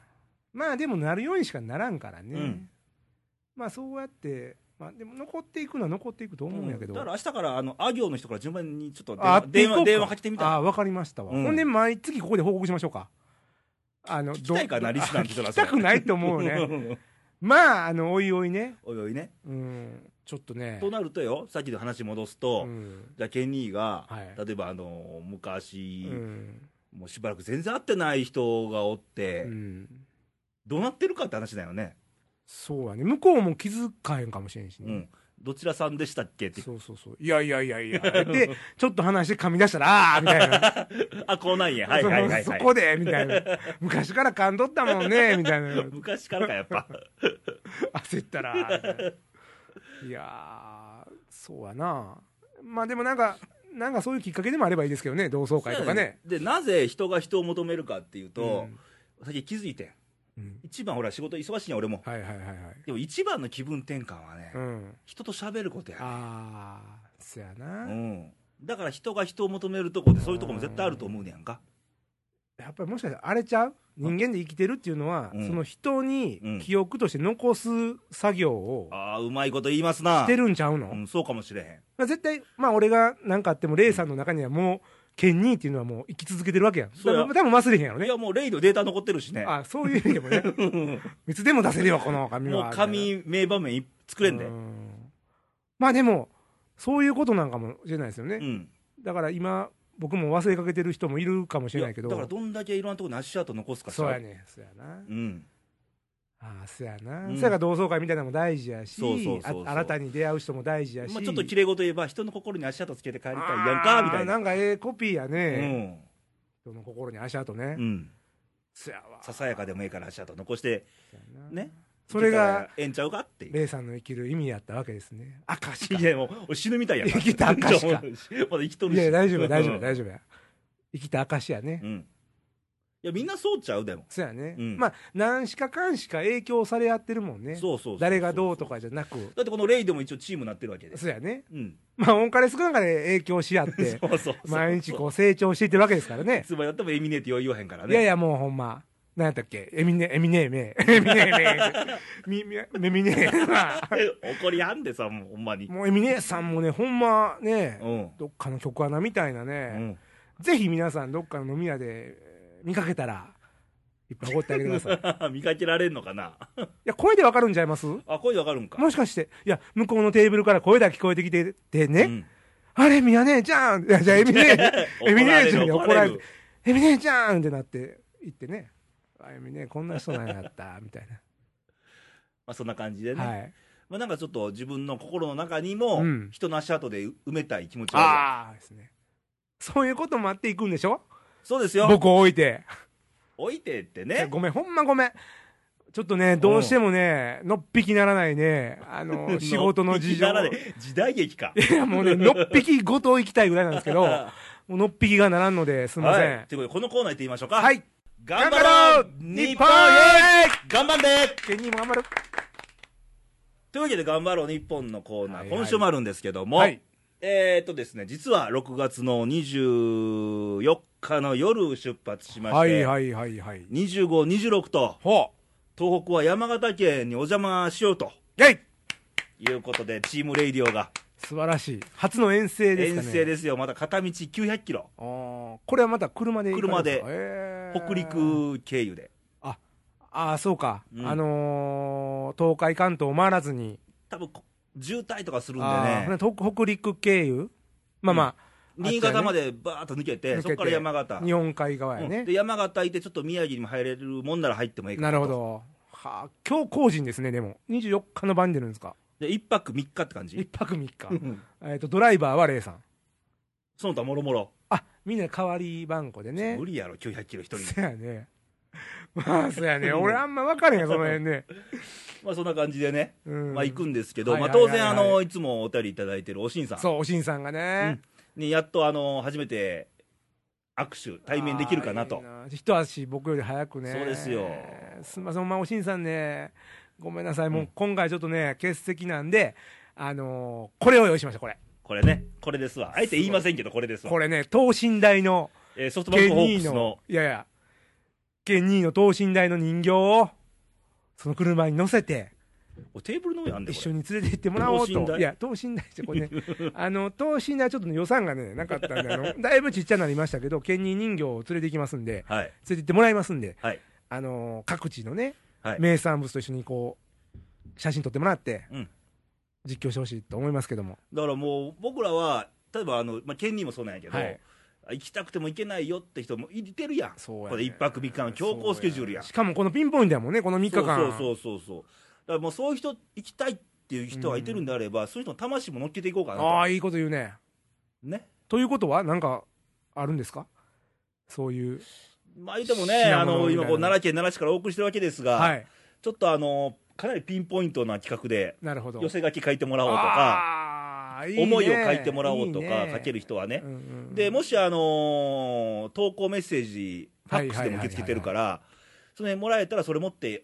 [SPEAKER 2] まあでもなるようにしかならんからね、
[SPEAKER 1] うん
[SPEAKER 2] まあそうやって、まあ、でも残っていくのは残っていくと
[SPEAKER 1] うん
[SPEAKER 2] 思うんやけど、
[SPEAKER 1] だから明日からあのあ行の人から順番にちょっと電
[SPEAKER 2] あ
[SPEAKER 1] 話電
[SPEAKER 2] 行こ
[SPEAKER 1] 話
[SPEAKER 2] うか
[SPEAKER 1] 電話かけてみた
[SPEAKER 2] あ
[SPEAKER 1] ら
[SPEAKER 2] 分かりましたわ、
[SPEAKER 1] うん
[SPEAKER 2] ほんで毎月ここで報告しましょうかあの聞
[SPEAKER 1] 聞きたいかなリスナーの人ら
[SPEAKER 2] 聞きたくないと思 うねまああのおいおいね
[SPEAKER 1] おいおいね
[SPEAKER 2] うんちょっとね
[SPEAKER 1] となるとよさっきの話戻すと、
[SPEAKER 2] うん
[SPEAKER 1] じゃあケニーが、
[SPEAKER 2] はい
[SPEAKER 1] 例えばあの昔、
[SPEAKER 2] うん
[SPEAKER 1] もうしばらく全然会ってない人がおって、
[SPEAKER 2] うん
[SPEAKER 1] どうなってるかって話だよね、
[SPEAKER 2] そうやね向こうも気遣えんかもしれんし
[SPEAKER 1] う
[SPEAKER 2] ね、
[SPEAKER 1] んどちらさんでしたっけって
[SPEAKER 2] そうそうそう。いやいやいやい や。で、ちょっと話して噛み出したら、ああみたいな。
[SPEAKER 1] あこうなんやはいはいはい、はい、
[SPEAKER 2] そのそこで、みたいな。昔から噛んどったも んね、みたいな。
[SPEAKER 1] 昔からかやっぱ
[SPEAKER 2] 焦ったら。みたいないやー、そうやな。まあでもなんか、なんかそういうきっかけでもあればいいですけどね、同窓会とかね。
[SPEAKER 1] でなぜ人が人を求めるかっていうと、
[SPEAKER 2] うん
[SPEAKER 1] さっき気づいてん
[SPEAKER 2] うん
[SPEAKER 1] 一番ほら仕事忙しいんや俺も
[SPEAKER 2] はいはいはいはい。
[SPEAKER 1] でも一番の気分転換はね、
[SPEAKER 2] うん。
[SPEAKER 1] 人と喋ることやね
[SPEAKER 2] あー、そやな。
[SPEAKER 1] うんだから人が人を求めるとこってそういうとこも絶対あると思うねやんか
[SPEAKER 2] やっぱりもしかしたらあれちゃう人間で生きてるっていうのは、
[SPEAKER 1] うん
[SPEAKER 2] その人
[SPEAKER 1] う
[SPEAKER 2] に
[SPEAKER 1] ん
[SPEAKER 2] 記憶として残す作業を
[SPEAKER 1] ああうまいこと言いますな
[SPEAKER 2] してるんちゃうの、
[SPEAKER 1] うん、そうかもしれへん
[SPEAKER 2] まあ、絶対、まあ、俺が何かあっても、レイさんの中にはもう、ケンニーっていうのはもう生き続けてるわけやん。
[SPEAKER 1] そうや
[SPEAKER 2] だから多分忘れへんやろ
[SPEAKER 1] い
[SPEAKER 2] ね。
[SPEAKER 1] やもうレイのデータ残ってるしね
[SPEAKER 2] あそういう意味でもね。いつでも出せるよ、この紙は。
[SPEAKER 1] もう紙名場面い作れんで
[SPEAKER 2] う
[SPEAKER 1] うん
[SPEAKER 2] まあでも、そういうことなんかもしれないですよね。
[SPEAKER 1] ん
[SPEAKER 2] だから今、僕も忘れかけてる人もいるかもしれないけど。
[SPEAKER 1] やだからどんだけいろんなとこに足跡残すか
[SPEAKER 2] そうやね。そうやな。
[SPEAKER 1] うん
[SPEAKER 2] ああ、そうやな。
[SPEAKER 1] うん
[SPEAKER 2] そやから同窓会みたいなのも大事やし、
[SPEAKER 1] そうそうそうそう
[SPEAKER 2] あ新たに出会う人も大事やし。
[SPEAKER 1] まあ、ちょっと綺麗事言えば人の心に足跡つけて帰りたいやん
[SPEAKER 2] あ
[SPEAKER 1] か
[SPEAKER 2] ー
[SPEAKER 1] みたいな
[SPEAKER 2] なんかええコピーやね。人の心に足跡ね。
[SPEAKER 1] うん、うん、
[SPEAKER 2] そやわ。
[SPEAKER 1] ささやかでもいいから足跡残して
[SPEAKER 2] そうやな
[SPEAKER 1] ね
[SPEAKER 2] それが
[SPEAKER 1] ええんちゃうかっていう
[SPEAKER 2] レイさんの生きる意味やったわけですね証 しか
[SPEAKER 1] いやもう俺死ぬみたいやん
[SPEAKER 2] 生きた証
[SPEAKER 1] ま
[SPEAKER 2] か
[SPEAKER 1] だ生きとる
[SPEAKER 2] い
[SPEAKER 1] し
[SPEAKER 2] や大丈夫大丈夫
[SPEAKER 1] 丈
[SPEAKER 2] 大丈夫や生きた証やね、
[SPEAKER 1] 夫うんいやみんなそうちゃうでも
[SPEAKER 2] そうやね、
[SPEAKER 1] うん
[SPEAKER 2] まあ何しかかんしか影響され合ってるもんね
[SPEAKER 1] そうそうそうそう
[SPEAKER 2] 誰がどうとかじゃなく
[SPEAKER 1] だってこのレイでも一応チームなってるわけで
[SPEAKER 2] そうやね
[SPEAKER 1] うん
[SPEAKER 2] まあオンカレスクなんかで影響し合っ て
[SPEAKER 1] そうそうそう
[SPEAKER 2] 毎日こう成長していってるわけですからね
[SPEAKER 1] いつまでやってもエミネーってよう言わへんからね
[SPEAKER 2] いやいやもうほんま何やったっけエミネエミネーメー エミネーメーミミミネー
[SPEAKER 1] 怒りはんでさもうほんまに
[SPEAKER 2] もうエミネーさんもねほんまね、
[SPEAKER 1] うん
[SPEAKER 2] どっかの曲穴みたいな
[SPEAKER 1] う
[SPEAKER 2] ね、
[SPEAKER 1] ん
[SPEAKER 2] ぜひ皆さん、どっかの飲み屋でえー見かけたら、いっぱいおごってあげてく ださい。い
[SPEAKER 1] 見かけられんのかな
[SPEAKER 2] や、声でわかるんちゃいます
[SPEAKER 1] あ声でわかるんか
[SPEAKER 2] もしかして、いや、向こうのテーブルから声だけ聞こえてきててね、
[SPEAKER 1] うん、
[SPEAKER 2] あれ、ミヤ姉ちゃんいや、じゃあ、エミネー エミネーちゃんに
[SPEAKER 1] 怒
[SPEAKER 2] 怒
[SPEAKER 1] ら
[SPEAKER 2] ら
[SPEAKER 1] れ
[SPEAKER 2] れ
[SPEAKER 1] る
[SPEAKER 2] て、エミネーちゃんってなって、言ってね、あ、エミネー、こんな人なんやった、みたい
[SPEAKER 1] まあそんな感じで ね
[SPEAKER 2] な。はい。
[SPEAKER 1] まあなんかちょっと自分の心の中にも
[SPEAKER 2] うん
[SPEAKER 1] 人の足跡で埋めたい気持ちはある
[SPEAKER 2] ああ、ですね。そういうこともあっていくんでしょ
[SPEAKER 1] そうですよ
[SPEAKER 2] 僕を置いて。
[SPEAKER 1] 置いてって
[SPEAKER 2] いや
[SPEAKER 1] ね
[SPEAKER 2] ごめん、ほんまごめん。ちょっとね、どうしてもね、のっぴきならないね、あの、仕事の事情。
[SPEAKER 1] ならね時代劇 か
[SPEAKER 2] いや、 もうね、のっぴきごと行きたいぐらいなんですけど、もうのっぴきがならんので、すみませ
[SPEAKER 1] はい
[SPEAKER 2] ん。
[SPEAKER 1] ということでこのコーナー行ってみましょうか
[SPEAKER 2] はい。
[SPEAKER 1] 頑張ろう日本へ
[SPEAKER 2] へ
[SPEAKER 1] 頑張んで
[SPEAKER 2] ケニーも頑張る。
[SPEAKER 1] というわけで頑張ろう日本のコーナー
[SPEAKER 2] はいはい
[SPEAKER 1] 今週もあるんですけども、
[SPEAKER 2] はい
[SPEAKER 1] えーっとですね実は6月の24日の夜出発しまして、
[SPEAKER 2] はいはいはいはい。
[SPEAKER 1] 25、26と
[SPEAKER 2] ほ
[SPEAKER 1] 東北は山形県にお邪魔しようと
[SPEAKER 2] う。イェイ
[SPEAKER 1] いうことでチームレイディオが
[SPEAKER 2] 素晴らしい。初の遠征ですか
[SPEAKER 1] 遠
[SPEAKER 2] ね。
[SPEAKER 1] 征ですよまた片道900キロ
[SPEAKER 2] あーこれはまた車で行かれたんすか
[SPEAKER 1] 車
[SPEAKER 2] へー
[SPEAKER 1] 北陸経由で
[SPEAKER 2] あ、あーそうか。
[SPEAKER 1] うん
[SPEAKER 2] あのー、東海関東回らずに。
[SPEAKER 1] 多分こ渋滞とかするんで
[SPEAKER 2] あー
[SPEAKER 1] ね
[SPEAKER 2] ほな北北陸経由まあまあ、
[SPEAKER 1] 新潟まで
[SPEAKER 2] で
[SPEAKER 1] バーッと抜けて
[SPEAKER 2] 抜けて
[SPEAKER 1] そこから山形
[SPEAKER 2] 日本海側や
[SPEAKER 1] うん
[SPEAKER 2] ね
[SPEAKER 1] で、山形いてちょっと宮城にも入れるもんなら入ってもいいか
[SPEAKER 2] な
[SPEAKER 1] なと
[SPEAKER 2] るほどはあ今日工人ですねでも24日の晩に出るんですか
[SPEAKER 1] で1泊3日って感
[SPEAKER 2] 一
[SPEAKER 1] じ
[SPEAKER 2] 泊三日
[SPEAKER 1] うん
[SPEAKER 2] えっとドライバーはレイさん
[SPEAKER 1] その他もろもろ
[SPEAKER 2] あみんな代わり番号でね
[SPEAKER 1] 無理やろ900キロ一人で
[SPEAKER 2] そやねまあそやね俺あんま分かれへんその辺ね
[SPEAKER 1] まあそんな感じでねまあ行く
[SPEAKER 2] ん
[SPEAKER 1] んですけど
[SPEAKER 2] はい
[SPEAKER 1] ま
[SPEAKER 2] は
[SPEAKER 1] あ
[SPEAKER 2] いはいは
[SPEAKER 1] 当
[SPEAKER 2] い
[SPEAKER 1] 然あのいつもお便りいただいてるおしんさん
[SPEAKER 2] そうおしんさんがね
[SPEAKER 1] うんにやっとあの初めて握手、対面できるかな
[SPEAKER 2] あ
[SPEAKER 1] と
[SPEAKER 2] ー。いいな一足僕より早くね。
[SPEAKER 1] そうですよ
[SPEAKER 2] すみません、ほんまおしんさんね、ごめんなさい、も
[SPEAKER 1] う
[SPEAKER 2] うん今回ちょっとね、欠席なんで、あのーこれを用意しました、これ。
[SPEAKER 1] これね、これですわ。あえて言いませんけど、これですわ
[SPEAKER 2] こ。れね、等身大の、
[SPEAKER 1] えーソフトバン
[SPEAKER 2] ケ
[SPEAKER 1] クホー
[SPEAKER 2] ニ
[SPEAKER 1] ク
[SPEAKER 2] ー
[SPEAKER 1] ス
[SPEAKER 2] の
[SPEAKER 1] の、、
[SPEAKER 2] いやいや、ケニーの等身大の人形を、その車に乗せて、
[SPEAKER 1] おテーブルの上あんで
[SPEAKER 2] 一
[SPEAKER 1] こ
[SPEAKER 2] 緒に連れて行ってもらおう
[SPEAKER 1] 等身
[SPEAKER 2] と。
[SPEAKER 1] 大
[SPEAKER 2] いや、等身大ってこ れね、あの、等身大ちょっとね予算がね、なかったんで、あの、だいぶちっちゃなりましたけど、ケニー人形を連れて行きますんで、
[SPEAKER 1] れ。はい。
[SPEAKER 2] 連れて行ってもらいますんで、
[SPEAKER 1] はい。
[SPEAKER 2] あのー各地のね、
[SPEAKER 1] はい。
[SPEAKER 2] 名産物と一緒にこう、写真撮ってもらって、
[SPEAKER 1] うん。
[SPEAKER 2] 実況してほしいと思いますけども。
[SPEAKER 1] だからもう、僕らは、例えば、あの、まあ、ケニーもそうなんやけど、
[SPEAKER 2] はい
[SPEAKER 1] 行きたくても行けないよって人もいてるやん。
[SPEAKER 2] そうやね
[SPEAKER 1] これ一泊三日の強行スケジュールやん。
[SPEAKER 2] しかもこのピンポイントやもんね、この3日
[SPEAKER 1] そう
[SPEAKER 2] 間。
[SPEAKER 1] そうそうそうそう。だからもうそういう人、行きたいっていう人がいてるんであれば、そういう人の魂も乗っけていこうかなと。
[SPEAKER 2] ああ、いいこと言うね。
[SPEAKER 1] ね。
[SPEAKER 2] ということは、なんか、あるんですかそういう。
[SPEAKER 1] まあ言うてもね、
[SPEAKER 2] 品
[SPEAKER 1] あ
[SPEAKER 2] 物
[SPEAKER 1] の、
[SPEAKER 2] みたいな
[SPEAKER 1] 今こう、奈良県奈良市からお送りしてるわけですが、
[SPEAKER 2] はい。
[SPEAKER 1] ちょっとあの、かなりピンポイントな企画で、
[SPEAKER 2] なるほど。
[SPEAKER 1] 寄せ書き書いてもらおうとか、
[SPEAKER 2] あーいいね
[SPEAKER 1] 思いを書いてもらおうと
[SPEAKER 2] いい
[SPEAKER 1] か、
[SPEAKER 2] ね
[SPEAKER 1] 書ける人はね
[SPEAKER 2] う。んうん
[SPEAKER 1] で、もし、あのー投稿メッセージ、ファックスでも受け付けてるから、その辺もらえたら、それ持って、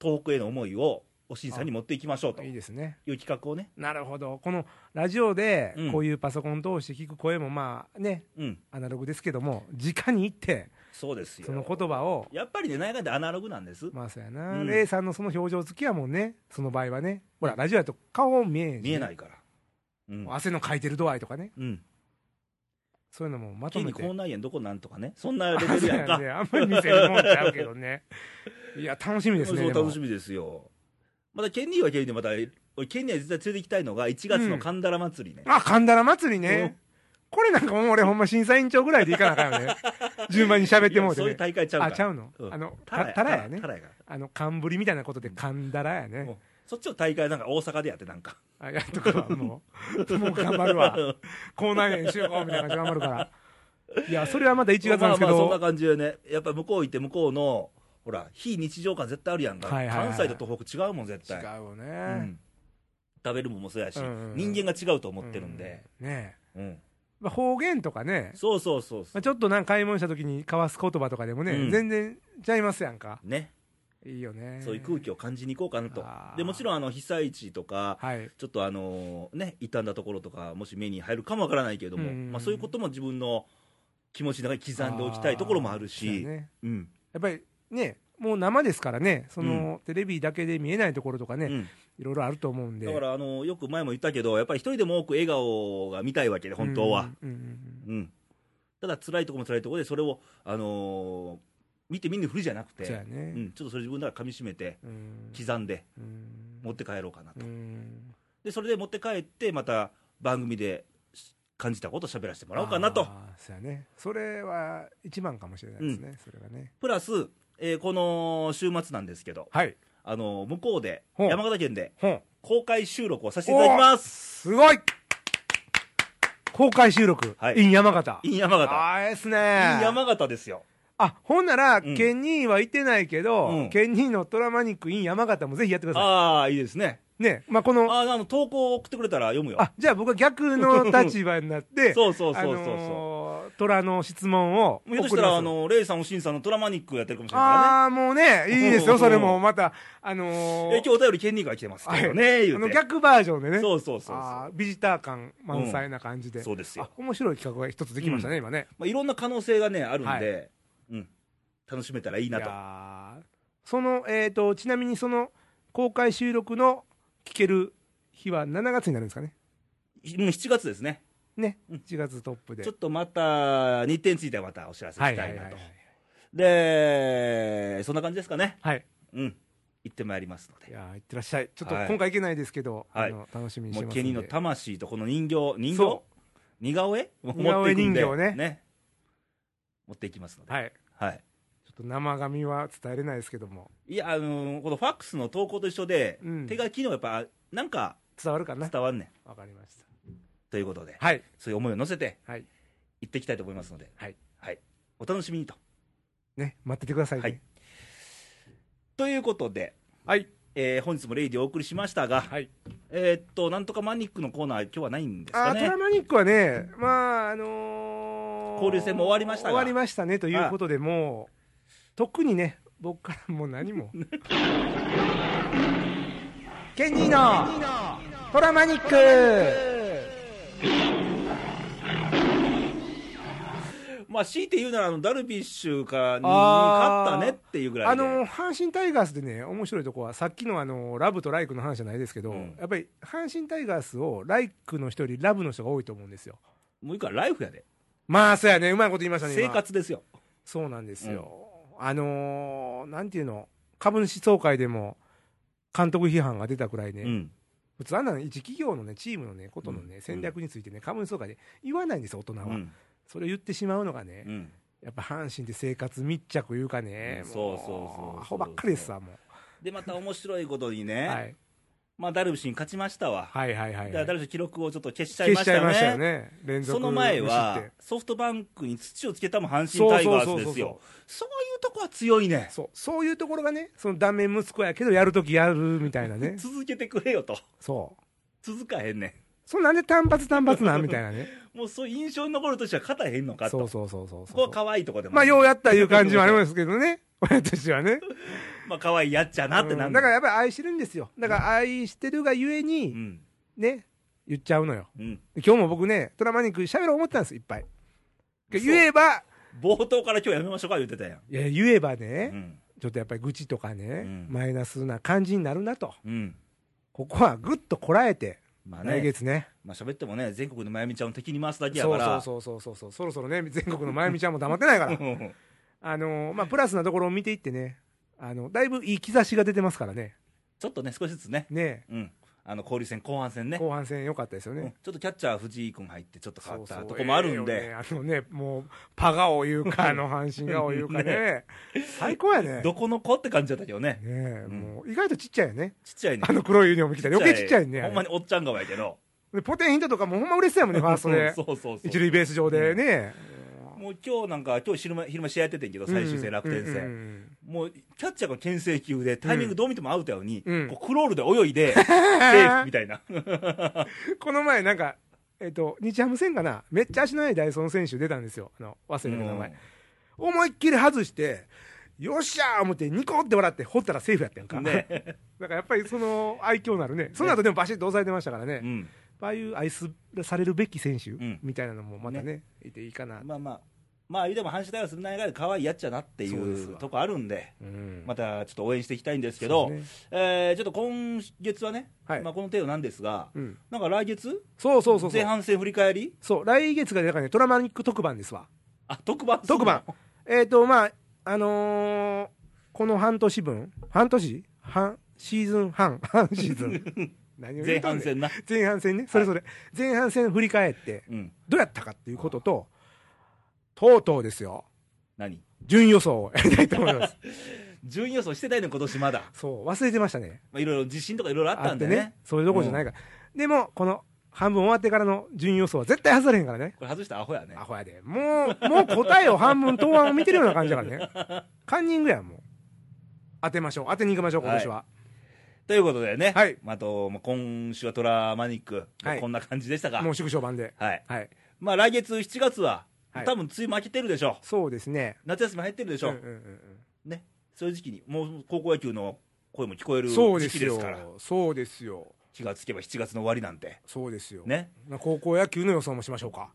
[SPEAKER 1] 東北への思いを、おしんさんに持っていきましょうと
[SPEAKER 2] い
[SPEAKER 1] い
[SPEAKER 2] いうですね。
[SPEAKER 1] 企画をね、
[SPEAKER 2] なるほど。このラジオで
[SPEAKER 1] うん、
[SPEAKER 2] こういうパソコン通して聞く声も、まあね、
[SPEAKER 1] うん、
[SPEAKER 2] アナログですけども、直に行って、
[SPEAKER 1] そうですよ。
[SPEAKER 2] その言葉を、
[SPEAKER 1] やっぱりね、何やかんでアナログなんです。
[SPEAKER 2] まあそうやな、
[SPEAKER 1] うん
[SPEAKER 2] レイさんのその表情付きやもんね、その場合はね、ほら、ラジオやと顔見えへんしね、
[SPEAKER 1] 見えないから。うん。
[SPEAKER 2] 汗のかいてる度合いとかね、
[SPEAKER 1] うん。
[SPEAKER 2] そういうのもまと
[SPEAKER 1] 筋
[SPEAKER 2] め
[SPEAKER 1] 肉
[SPEAKER 2] て、
[SPEAKER 1] 口内炎どこなんとかね。そんなレベ
[SPEAKER 2] あ
[SPEAKER 1] ル
[SPEAKER 2] そう
[SPEAKER 1] やんか
[SPEAKER 2] や。ね、あんまり見せるもんちゃうけ どね、いや、楽しみですね、
[SPEAKER 1] そう
[SPEAKER 2] でも
[SPEAKER 1] 楽しみですよ。また、ケニーはケニーで、また、俺、ケニーは絶対連れて行きたいのが、1月の神田ら祭りね。
[SPEAKER 2] あ神田ら祭り
[SPEAKER 1] う
[SPEAKER 2] ね
[SPEAKER 1] ん、
[SPEAKER 2] これなんかもう俺、ほんま審査委員長ぐらいでいかなあか んよね、順番に喋ってもうて
[SPEAKER 1] いやそういう
[SPEAKER 2] ね、
[SPEAKER 1] 大会ちゃうから。
[SPEAKER 2] あちゃうの、
[SPEAKER 1] うん
[SPEAKER 2] あの
[SPEAKER 1] タ
[SPEAKER 2] た
[SPEAKER 1] ラ
[SPEAKER 2] たらやね
[SPEAKER 1] タ、ラやから。
[SPEAKER 2] あの冠みたいなことで神田らやね、
[SPEAKER 1] もうそっちの大会なんか大阪でやってなんか。
[SPEAKER 2] あやっとくわ、もう、 もう頑張 るわ。口内炎しようみたいな感じで頑張るから。いや、それはまだ1月なんですけ
[SPEAKER 1] まあまあ
[SPEAKER 2] ど、
[SPEAKER 1] そんな感じでね、やっぱり向こう行って向こうの、ほら、非日常感絶対あるやんか。
[SPEAKER 2] はいはいはい
[SPEAKER 1] 関西と東北違うもん、絶対。
[SPEAKER 2] 違うよね、
[SPEAKER 1] うん食べるもんもそうやし、
[SPEAKER 2] うんうんうん
[SPEAKER 1] 人間が違うと思ってるんで。
[SPEAKER 2] うんねえ
[SPEAKER 1] うん
[SPEAKER 2] まあ、方言とかね、
[SPEAKER 1] そうそうそうそ
[SPEAKER 2] まあ、ちょっとなんか買い物した時に交わす言葉とかでもね、
[SPEAKER 1] うん
[SPEAKER 2] 全然ちゃいますやんか
[SPEAKER 1] う。ね。
[SPEAKER 2] いいよね
[SPEAKER 1] そういう空気を感じに行こうかなと
[SPEAKER 2] あ。ー
[SPEAKER 1] で、もちろん、あの、被災地とか、
[SPEAKER 2] はい
[SPEAKER 1] ちょっとあのーね、傷んだところとか、もし目に入るかもわからないけれども、
[SPEAKER 2] うん
[SPEAKER 1] まあ、そういうことも自分の気持ちの中に刻んでおきたいところもある
[SPEAKER 2] あー
[SPEAKER 1] し
[SPEAKER 2] そう、やね
[SPEAKER 1] うん、
[SPEAKER 2] やっぱりねもう生ですからねその、テレビだけで見えないところとかね、
[SPEAKER 1] うん
[SPEAKER 2] いろいろあると思うんで
[SPEAKER 1] だからあのよく前も言ったけど、やっぱり一人でも多く笑顔が見たいわけで、本当は。、
[SPEAKER 2] うんうんうんうん
[SPEAKER 1] うんただ、辛いところも辛いところで、それを、あのー見て見ぬふりじゃなく
[SPEAKER 2] そうや
[SPEAKER 1] て、う
[SPEAKER 2] ね、
[SPEAKER 1] ん、ちょっとそれ自分の中で噛みしめて、
[SPEAKER 2] うん
[SPEAKER 1] 刻んで、
[SPEAKER 2] うん
[SPEAKER 1] 持って帰ろうかなと、
[SPEAKER 2] うん
[SPEAKER 1] で、それで持って帰って、また番組で感じたことを喋らせてもらおうかなと、
[SPEAKER 2] あーそうやねそれは一番かもしれないですね、それがね
[SPEAKER 1] プラス、えーこの週末なんですけど、
[SPEAKER 2] はい
[SPEAKER 1] あのー向こうで、
[SPEAKER 2] ほう
[SPEAKER 1] 山形県で
[SPEAKER 2] 本
[SPEAKER 1] 公開収録をさせていただきます。
[SPEAKER 2] すごい公開収録、
[SPEAKER 1] はい
[SPEAKER 2] in 山形
[SPEAKER 1] in 山形。
[SPEAKER 2] ああ、ええっすね
[SPEAKER 1] in 山形ですよ。
[SPEAKER 2] あほんなら、
[SPEAKER 1] ん
[SPEAKER 2] ケニーはいてないけど、
[SPEAKER 1] うん
[SPEAKER 2] ケニーのトラマニック in 山形もぜひやってくださ
[SPEAKER 1] ああ、いいですね。
[SPEAKER 2] いねまあこのあ
[SPEAKER 1] ああの投稿送ってくれたら読むよ。
[SPEAKER 2] じゃあ僕は 逆の立場になって
[SPEAKER 1] そうそうそうそうそう
[SPEAKER 2] あのー虎の質問を
[SPEAKER 1] もうひょっとしたら、あの、レイさん、おしんさんのトラマニックやってるかもしれないからね。
[SPEAKER 2] ああーもうねいいですよそれもまたあのー
[SPEAKER 1] え今日お便り、ケンニーから来てますけどね、言
[SPEAKER 2] あ
[SPEAKER 1] う
[SPEAKER 2] の
[SPEAKER 1] て。
[SPEAKER 2] 逆バージョンでね
[SPEAKER 1] そうそうそうそう。
[SPEAKER 2] あービジター感満載な感じで、
[SPEAKER 1] うんそうですよ
[SPEAKER 2] あ面白い企画が一つできましたね、
[SPEAKER 1] う
[SPEAKER 2] 今ね
[SPEAKER 1] まあ、いろんな可能性がね、あるん
[SPEAKER 2] は
[SPEAKER 1] で、うん。楽しめたらいい
[SPEAKER 2] い
[SPEAKER 1] なと。
[SPEAKER 2] やーそのえっ、とちなみにその公開収録の聞ける日は7月になるんですかね
[SPEAKER 1] うん7月ですね。
[SPEAKER 2] ね、1月トップで
[SPEAKER 1] ちょっとまた、日程についてはまたお知らせしたいなと。
[SPEAKER 2] はいはいはい
[SPEAKER 1] で、そんな感じですかね。
[SPEAKER 2] はい
[SPEAKER 1] うん。行ってまいりますの
[SPEAKER 2] い
[SPEAKER 1] で。
[SPEAKER 2] やーいってらっしゃいちょっと
[SPEAKER 1] はい
[SPEAKER 2] 今回行けないですけど、
[SPEAKER 1] はい
[SPEAKER 2] あの楽しみに
[SPEAKER 1] も
[SPEAKER 2] し
[SPEAKER 1] う、
[SPEAKER 2] てます
[SPEAKER 1] ケ
[SPEAKER 2] ん
[SPEAKER 1] ニー
[SPEAKER 2] で
[SPEAKER 1] の魂とこの人形、人形
[SPEAKER 2] そ
[SPEAKER 1] 似顔絵持っていくんで
[SPEAKER 2] 似顔絵人形ね
[SPEAKER 1] ね。持っていきますの
[SPEAKER 2] う
[SPEAKER 1] で。
[SPEAKER 2] はい
[SPEAKER 1] はい。
[SPEAKER 2] ちょっと生紙は伝えれないですけども
[SPEAKER 1] いや、あのーこのファックスの投稿と一緒で、
[SPEAKER 2] うん
[SPEAKER 1] 手書きのやっぱ、なんか
[SPEAKER 2] 伝わるかな
[SPEAKER 1] 伝わんねん。
[SPEAKER 2] わかりました
[SPEAKER 1] ということで、
[SPEAKER 2] はい
[SPEAKER 1] そういう思いを乗せて、
[SPEAKER 2] はい
[SPEAKER 1] 行っていきたいと思いますので、
[SPEAKER 2] はい。
[SPEAKER 1] お楽しみにと。
[SPEAKER 2] ね待っててくださいね
[SPEAKER 1] はいということで、
[SPEAKER 2] はい
[SPEAKER 1] えー本日もレイディをお送りしましたが、
[SPEAKER 2] はい。
[SPEAKER 1] えーっと、なんとかマニックのコーナー、今日はないんですか
[SPEAKER 2] あート
[SPEAKER 1] ね
[SPEAKER 2] ラ。マニックはね、まあ、あのー、
[SPEAKER 1] 交流戦も終わりましたが
[SPEAKER 2] 終わりましたねということで、もう、特にね、僕からもう 何も。ケニーのトラマニック
[SPEAKER 1] まあ、強いて言うなら、あの、ダルビッシュかに
[SPEAKER 2] あー
[SPEAKER 1] 勝ったねっていうぐら
[SPEAKER 2] あ
[SPEAKER 1] いで。
[SPEAKER 2] のー阪神タイガースでね、面白いとこは、さっきの、あのーラブとライクの話じゃないですけど、
[SPEAKER 1] うん
[SPEAKER 2] やっぱり阪神タイガースをライクの人よりラブの人が多いと思うんですよ。
[SPEAKER 1] もう一個はライフやで。
[SPEAKER 2] まあ、そうやね、うまいこと言いましたね、今
[SPEAKER 1] 生活ですよ。
[SPEAKER 2] そうなんですよ。あのーなんていうの、株主総会でも監督批判が出たくらいね、
[SPEAKER 1] うん。
[SPEAKER 2] 普通あんなの一企業のね、チームのね、ことのね、
[SPEAKER 1] うん
[SPEAKER 2] 戦略についてね、株主総会で言わないんですよ、大人
[SPEAKER 1] う
[SPEAKER 2] は。
[SPEAKER 1] ん。
[SPEAKER 2] それを言ってしまうのがね、
[SPEAKER 1] うん。
[SPEAKER 2] やっぱ阪神って生活密着いうかね、
[SPEAKER 1] うん
[SPEAKER 2] も
[SPEAKER 1] そうそうそうそう
[SPEAKER 2] アホばっかりですわ、も
[SPEAKER 1] で、また面白いことに
[SPEAKER 2] う。
[SPEAKER 1] ね、
[SPEAKER 2] はい、
[SPEAKER 1] まあ、ダルビッシュに勝ちましたわ。
[SPEAKER 2] はいはいはい、
[SPEAKER 1] だからダ
[SPEAKER 2] はい。
[SPEAKER 1] ルビッシュ記録をちょっと消しちゃい
[SPEAKER 2] 消
[SPEAKER 1] ま
[SPEAKER 2] し
[SPEAKER 1] し
[SPEAKER 2] ち
[SPEAKER 1] た
[SPEAKER 2] ゃい
[SPEAKER 1] よ
[SPEAKER 2] ましたよ
[SPEAKER 1] ね。
[SPEAKER 2] ね、連続
[SPEAKER 1] その前
[SPEAKER 2] 無
[SPEAKER 1] は
[SPEAKER 2] 失点、
[SPEAKER 1] ソフトバンクに土をつけたも阪神タイガースですよ。そういうとこは強いね。
[SPEAKER 2] そうそういうところがね、その断面息子やけど、やるときやるみたい なね、
[SPEAKER 1] 続けてくれよと。
[SPEAKER 2] そう、
[SPEAKER 1] 続かへんねん。
[SPEAKER 2] そんなんで単発単発なんみたいなね、
[SPEAKER 1] もうそういう印象に残るとしては勝たへんのかと。
[SPEAKER 2] そうそうそうそう
[SPEAKER 1] ここ
[SPEAKER 2] そう
[SPEAKER 1] は可愛いとこでも
[SPEAKER 2] まあよう
[SPEAKER 1] や
[SPEAKER 2] やったいう感じはありますけどね 親としてはね
[SPEAKER 1] まあ可愛いやっちゃなってな
[SPEAKER 2] うんん
[SPEAKER 1] だ
[SPEAKER 2] だからやっぱり愛してるんですよだから愛してるがゆえ
[SPEAKER 1] う
[SPEAKER 2] に
[SPEAKER 1] ん
[SPEAKER 2] ね言っちゃうのよ
[SPEAKER 1] うん
[SPEAKER 2] 今日も僕ねトラマニック喋ろう思ってたんですいっぱい
[SPEAKER 1] 嘘
[SPEAKER 2] 言えば
[SPEAKER 1] 冒頭から今日やめましょうか言ってたやん
[SPEAKER 2] いや言えば
[SPEAKER 1] う
[SPEAKER 2] ね、
[SPEAKER 1] ん
[SPEAKER 2] ちょっとやっぱり愚痴とかね、
[SPEAKER 1] うん
[SPEAKER 2] マイナスな感じになるなと
[SPEAKER 1] うん
[SPEAKER 2] ここはぐっとこらえて
[SPEAKER 1] まあ
[SPEAKER 2] 来
[SPEAKER 1] ね
[SPEAKER 2] 月ね
[SPEAKER 1] まあ喋ってもね全国のまゆみちゃんを敵に回すだけや
[SPEAKER 2] そ
[SPEAKER 1] か
[SPEAKER 2] うそ
[SPEAKER 1] ら
[SPEAKER 2] うそうそうそうそうそろそろね全国のまゆみちゃんも黙ってないからあのーまあプラスなところを見ていってねあのだいぶいい兆しが出てますからね
[SPEAKER 1] ちょっとね少しずつね
[SPEAKER 2] ね
[SPEAKER 1] うんあの交流戦後半戦ね
[SPEAKER 2] 後半戦良かったですよね、
[SPEAKER 1] うんちょっとキャッチャー藤井君入ってちょっと変わった
[SPEAKER 2] そうそう
[SPEAKER 1] とこもあるん
[SPEAKER 2] ええ
[SPEAKER 1] で
[SPEAKER 2] よねあのね、もう、パガオいうか、あの、阪神ガオい うかね、最高やね。
[SPEAKER 1] どこの子って感じだったけどね
[SPEAKER 2] ねえもう、意外とちっちゃいよね。
[SPEAKER 1] ちっちゃいね
[SPEAKER 2] あの黒いユニフォーム着たら余計ちっちゃいね。
[SPEAKER 1] ほんまにおっちゃんがわやけど
[SPEAKER 2] でポテンヒットとかもほんま嬉しそう やもんね、ファーストで
[SPEAKER 1] そ。うそうそ
[SPEAKER 2] 一
[SPEAKER 1] う
[SPEAKER 2] 塁ベース上でね。
[SPEAKER 1] もう今日なんか今日昼間昼間試合やっててんけど最終戦楽天
[SPEAKER 2] うんうん
[SPEAKER 1] 戦
[SPEAKER 2] うん
[SPEAKER 1] もうキャッチャーが牽制球でタイミングどう見てもアウトやのに、
[SPEAKER 2] うん
[SPEAKER 1] こうクロールで泳い でセーフみたいな
[SPEAKER 2] この前なんか、えっと、日ハム戦かな、めっちゃ足のないダイソン選手出たんですよ。あの、忘れた名前。思いっきり外して、よっしゃー思って、ニコって笑って、掘ったらセーフやったやんか。
[SPEAKER 1] ね
[SPEAKER 2] だからやっぱりその愛嬌なるね、その後でもバシッと抑えてましたからね、
[SPEAKER 1] うん
[SPEAKER 2] ああいう愛されるべき選手
[SPEAKER 1] ん
[SPEAKER 2] みたいなのもまたね、いていいかな、
[SPEAKER 1] まあまあまあ言うても阪神タイガースの内外で可愛いやっちゃなってい
[SPEAKER 2] そうです
[SPEAKER 1] う
[SPEAKER 2] わ
[SPEAKER 1] とこあるんで
[SPEAKER 2] うん
[SPEAKER 1] またちょっと応援していきたいんですけど
[SPEAKER 2] そうです
[SPEAKER 1] えーちょっと今月はね、
[SPEAKER 2] はい
[SPEAKER 1] まあ、この程度なんですが、
[SPEAKER 2] うん
[SPEAKER 1] なんか来月
[SPEAKER 2] そうそうそうそ
[SPEAKER 1] 前
[SPEAKER 2] う、
[SPEAKER 1] 半戦振り返り
[SPEAKER 2] そう来月がだからね、トラマニック特番ですわ、
[SPEAKER 1] あ特番
[SPEAKER 2] 特番、えっ、と、まあ、あのーこの半年分、半年半シーズン半、 半シーズ ン。何を言
[SPEAKER 1] 前
[SPEAKER 2] うと
[SPEAKER 1] 半
[SPEAKER 2] んねん
[SPEAKER 1] 戦な、
[SPEAKER 2] 前半戦ね、それぞれ、前半戦振り返って、
[SPEAKER 1] うん、
[SPEAKER 2] どうやったかっていうことと、とうとうですよ、
[SPEAKER 1] 何
[SPEAKER 2] 順予想をやりたいと思います。
[SPEAKER 1] 順位予想してないの今年まだ
[SPEAKER 2] そう、忘れてましたね。
[SPEAKER 1] まあいろいろ地震とかいろいろあったんでね
[SPEAKER 2] それどころじゃないから。でも、この半分終わってからの順位予想は絶対外れへんからね。
[SPEAKER 1] これ外したらアホやね
[SPEAKER 2] アホやで。もう、もう答えを 半分答案を見てるような感じだからね。カンニングやん、もう。当てましょう。当てに行きましょう、今年は。
[SPEAKER 1] ということでね、
[SPEAKER 2] はい
[SPEAKER 1] まああと、まあ、今週はトラマニック、
[SPEAKER 2] はい
[SPEAKER 1] こんな感じでしたが、
[SPEAKER 2] もう縮小版で。
[SPEAKER 1] はい
[SPEAKER 2] はい。
[SPEAKER 1] まあ、来月7月は、
[SPEAKER 2] はい
[SPEAKER 1] 多分梅雨も明けてるでしょう、
[SPEAKER 2] そうですね。
[SPEAKER 1] 夏休み入ってるでしょう、
[SPEAKER 2] うんうんうん
[SPEAKER 1] ね、そういう時期に、もう高校野球の声も聞こえ
[SPEAKER 2] う
[SPEAKER 1] る
[SPEAKER 2] ん
[SPEAKER 1] 時
[SPEAKER 2] そうで
[SPEAKER 1] 期
[SPEAKER 2] す
[SPEAKER 1] ですから、
[SPEAKER 2] よ。そうですよ。
[SPEAKER 1] 気がつけば7月の終わりなんて、
[SPEAKER 2] そうですよ。
[SPEAKER 1] ね、
[SPEAKER 2] まあ高校野球の予想もしましょうか。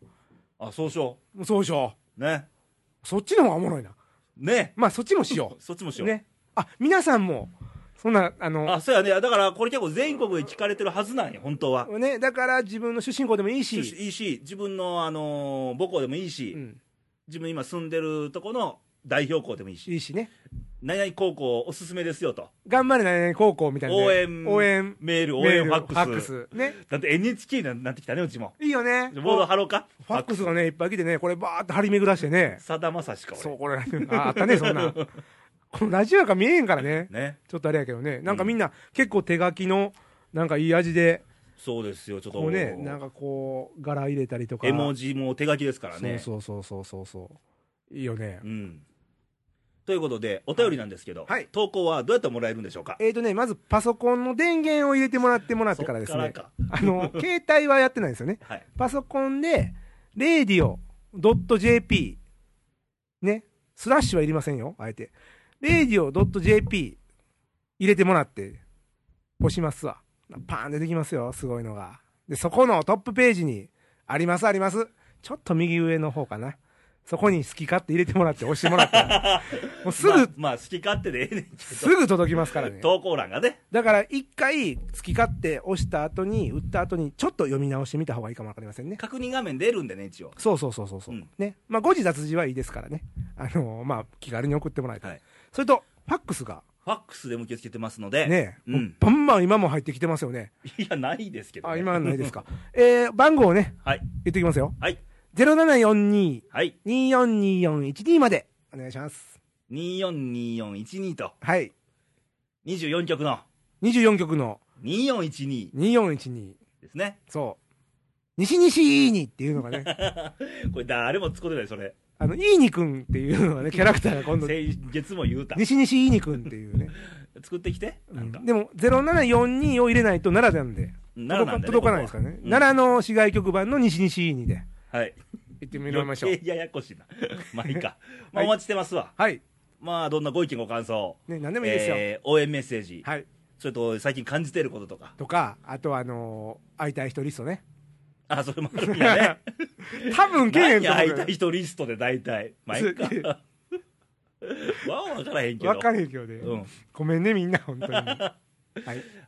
[SPEAKER 1] あそうしよ
[SPEAKER 2] もうそうでしょ
[SPEAKER 1] う、ね、
[SPEAKER 2] う。そっちの方がおもろいな。
[SPEAKER 1] ね、
[SPEAKER 2] まあ、そっちもしよ
[SPEAKER 1] そっちもし
[SPEAKER 2] う。
[SPEAKER 1] よう、
[SPEAKER 2] ね。あ、皆さんも、そんな、あの、
[SPEAKER 1] あそうやね、だからこれ結構全国で聞かれてるはずなんや、本当は。
[SPEAKER 2] ね、だから自分の出身校でもいい
[SPEAKER 1] い
[SPEAKER 2] し、
[SPEAKER 1] いし、自分の、あのー母校でもいいし、
[SPEAKER 2] うん、
[SPEAKER 1] 自分今住んでるとこの代表校でもいいし、
[SPEAKER 2] いいしね、
[SPEAKER 1] 何々高校おすすめですよと。
[SPEAKER 2] 頑張れ何々高校みたいなね、
[SPEAKER 1] 応援
[SPEAKER 2] 応援、
[SPEAKER 1] メール、応
[SPEAKER 2] メー
[SPEAKER 1] 援
[SPEAKER 2] ル
[SPEAKER 1] ファックス。
[SPEAKER 2] スね、
[SPEAKER 1] だって NHK になってきたね、うちも。
[SPEAKER 2] いいよね、
[SPEAKER 1] ボード貼ろうか。
[SPEAKER 2] ファックスがね、いっぱい来てね、これ、ばーっと張り巡らしてね、
[SPEAKER 1] さだまさしか、
[SPEAKER 2] そ
[SPEAKER 1] 俺。
[SPEAKER 2] う、これ、ああったね、そ んな、このラジオやから見えへんからね、
[SPEAKER 1] ね。
[SPEAKER 2] ちょっとあれやけどね、なんかみんな、結構手書きの、なんかいい味で、
[SPEAKER 1] そうですよ、ちょっと。
[SPEAKER 2] こうね、なんかこう、柄入れたりとか、
[SPEAKER 1] 絵文字も手書きですからね。
[SPEAKER 2] そうそうそうそうそう、いいよね
[SPEAKER 1] う。ん。とということで、お便りなんですけど、
[SPEAKER 2] はい
[SPEAKER 1] 投稿はどうやってもらえるんでしょうか。
[SPEAKER 2] えーとね、まずパソコンの電源を入れてもらってもらってからです
[SPEAKER 1] そっ
[SPEAKER 2] ね
[SPEAKER 1] からか。
[SPEAKER 2] あ の、携帯はやってないんですよね。
[SPEAKER 1] はい。
[SPEAKER 2] パソコンで、radio.jp、ね、スラッシュはいりませんよ、あえて。radio.jp 入れてもらって、押しますわ。パーン出てきますよ、すごいのが。で、そこのトップページに、あります、あります。ちょっと右上の方かな。そこに好き勝手入れてもらって、押して もらったら、もうすぐ、
[SPEAKER 1] まあ、まあ好き勝手でええねんけ
[SPEAKER 2] すぐ届きますから
[SPEAKER 1] ど、
[SPEAKER 2] ね。
[SPEAKER 1] 投稿欄がね。
[SPEAKER 2] だから一回好き勝手押した後に打った後にちょっと読み直してみた方がいいかもわかりませんね
[SPEAKER 1] 確認画面出るんでね、一応。
[SPEAKER 2] そうそうそうそうそう、
[SPEAKER 1] うん
[SPEAKER 2] ねまあ誤字脱字はいいですからねあのーまあ気軽に送ってもらえたら、
[SPEAKER 1] はい
[SPEAKER 2] それとファックスが
[SPEAKER 1] ファックスでも受け付けてますので。
[SPEAKER 2] ね、
[SPEAKER 1] う。
[SPEAKER 2] もうんバンバン今も入ってきてますよね
[SPEAKER 1] いや、ないですけど、ね。
[SPEAKER 2] あ今はないです
[SPEAKER 1] か。
[SPEAKER 2] かえー、番号をね
[SPEAKER 1] はい。
[SPEAKER 2] 言ってきますよ
[SPEAKER 1] はい。
[SPEAKER 2] 0742
[SPEAKER 1] はい。
[SPEAKER 2] 242412までお願いします
[SPEAKER 1] 242412と、
[SPEAKER 2] はい
[SPEAKER 1] 24曲の
[SPEAKER 2] 24曲の
[SPEAKER 1] 2412
[SPEAKER 2] 2412
[SPEAKER 1] ですね。
[SPEAKER 2] そう西西いいにっていうのがね
[SPEAKER 1] これ誰も使ってない、それ。
[SPEAKER 2] あのいいにくんっていうのがねキャラクターが今度
[SPEAKER 1] 先月も言うた。
[SPEAKER 2] 西西いにくんっていうね。
[SPEAKER 1] 作ってきて。なんか。
[SPEAKER 2] でも、0742を入れないと奈良なんで。
[SPEAKER 1] 奈良なんで、
[SPEAKER 2] 届かないですからね。
[SPEAKER 1] ここは
[SPEAKER 2] 奈良の市街局版の西西いにで。
[SPEAKER 1] うんはい。
[SPEAKER 2] 行ってみましょう
[SPEAKER 1] 余。計ややこしいな。 まあいいか。まあ
[SPEAKER 2] はい
[SPEAKER 1] お待ちしてますわ。
[SPEAKER 2] はい。
[SPEAKER 1] まあどんなご意見ご感想。
[SPEAKER 2] ね、何でもいいですよ。
[SPEAKER 1] えー応援メッセージ。
[SPEAKER 2] はい。
[SPEAKER 1] それと最近感じていることとか。
[SPEAKER 2] とか、あとあのー会いたい人リストね。
[SPEAKER 1] あ、それもあるんや ね。
[SPEAKER 2] 多分、けえへ
[SPEAKER 1] 何
[SPEAKER 2] んと
[SPEAKER 1] や
[SPEAKER 2] 思
[SPEAKER 1] 会
[SPEAKER 2] う
[SPEAKER 1] いたい
[SPEAKER 2] け
[SPEAKER 1] 人リストで大体。まあいい か
[SPEAKER 2] す。
[SPEAKER 1] わは分からへんけど。
[SPEAKER 2] ど。わかれへんけどね。
[SPEAKER 1] うん。
[SPEAKER 2] ごめんね、みんな、本 当に。はい。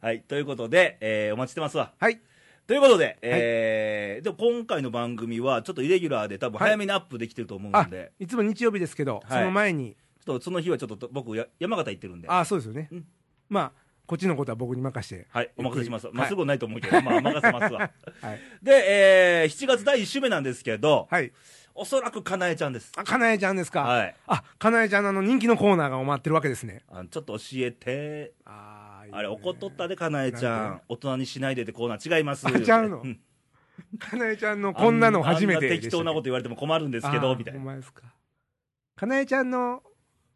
[SPEAKER 1] はい。ということで、えーお待ちしてますわ。
[SPEAKER 2] はい。
[SPEAKER 1] ということで、えーでも今回の番組はちょっとイレギュラーで多分
[SPEAKER 2] はい
[SPEAKER 1] 早めにアップできてると思うん
[SPEAKER 2] あ
[SPEAKER 1] で、、
[SPEAKER 2] いつも日曜日ですけど、そ
[SPEAKER 1] はい
[SPEAKER 2] の前に、
[SPEAKER 1] ちょっとその日はちょっと僕や山形行ってるんで。
[SPEAKER 2] あ、そうですよね
[SPEAKER 1] うん。
[SPEAKER 2] まあ、こっちのことは僕に任せて。
[SPEAKER 1] はい、お任せします。
[SPEAKER 2] はい
[SPEAKER 1] まあ、すぐはないと思うけど、まあ、任せます わ。
[SPEAKER 2] はい。
[SPEAKER 1] で、えー、7月第1週目なんですけど、
[SPEAKER 2] はい。
[SPEAKER 1] おそらくかなえちゃんです。
[SPEAKER 2] あ、かなえちゃんですか。
[SPEAKER 1] はい。
[SPEAKER 2] あ、かなえちゃんのあの人気のコーナーが待ってるわけですね。
[SPEAKER 1] あのちょっと教えて、
[SPEAKER 2] あ
[SPEAKER 1] あれ、怒っとったで、かなえち
[SPEAKER 2] な
[SPEAKER 1] ゃ
[SPEAKER 2] ん
[SPEAKER 1] ん。大人にしないでってコーナー違います。
[SPEAKER 2] あちゃうの
[SPEAKER 1] ん
[SPEAKER 2] かなえちゃんのこんなの初め
[SPEAKER 1] あん
[SPEAKER 2] て
[SPEAKER 1] な適当なこと
[SPEAKER 2] と
[SPEAKER 1] 言われても困るんですけど、みたい
[SPEAKER 2] お
[SPEAKER 1] な。
[SPEAKER 2] 前ですか。かなえちゃんの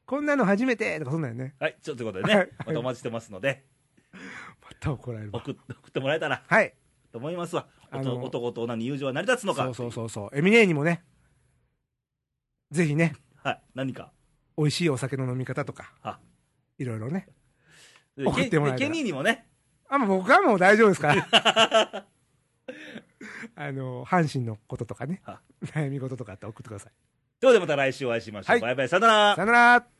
[SPEAKER 2] こんなの初めてとかそんなんよね。
[SPEAKER 1] はい、ちょっということで
[SPEAKER 2] は
[SPEAKER 1] ね
[SPEAKER 2] い、
[SPEAKER 1] またお待ちしてますので、
[SPEAKER 2] また怒られるわ。
[SPEAKER 1] 送っ送ってもらえたら
[SPEAKER 2] はい。
[SPEAKER 1] と思いますわ。お
[SPEAKER 2] あ
[SPEAKER 1] と
[SPEAKER 2] の
[SPEAKER 1] 男と女に友情は成り立つの
[SPEAKER 2] そ
[SPEAKER 1] か
[SPEAKER 2] う。そうそうそう。エミネーにもね、ぜひね、
[SPEAKER 1] はい、何か。
[SPEAKER 2] 美味しいお酒の飲み方とか
[SPEAKER 1] あ、
[SPEAKER 2] いろいろね。
[SPEAKER 1] で
[SPEAKER 2] 送ってもらえたら
[SPEAKER 1] ケケニーにもね、
[SPEAKER 2] あ、もう僕はもう大丈夫ですから。 あの、阪神のこととかね
[SPEAKER 1] は、
[SPEAKER 2] 悩み事とかあって送ってください。
[SPEAKER 1] ということでまた来週お会いしましょう。
[SPEAKER 2] はい
[SPEAKER 1] バイバイ、さよなら
[SPEAKER 2] さ。よなら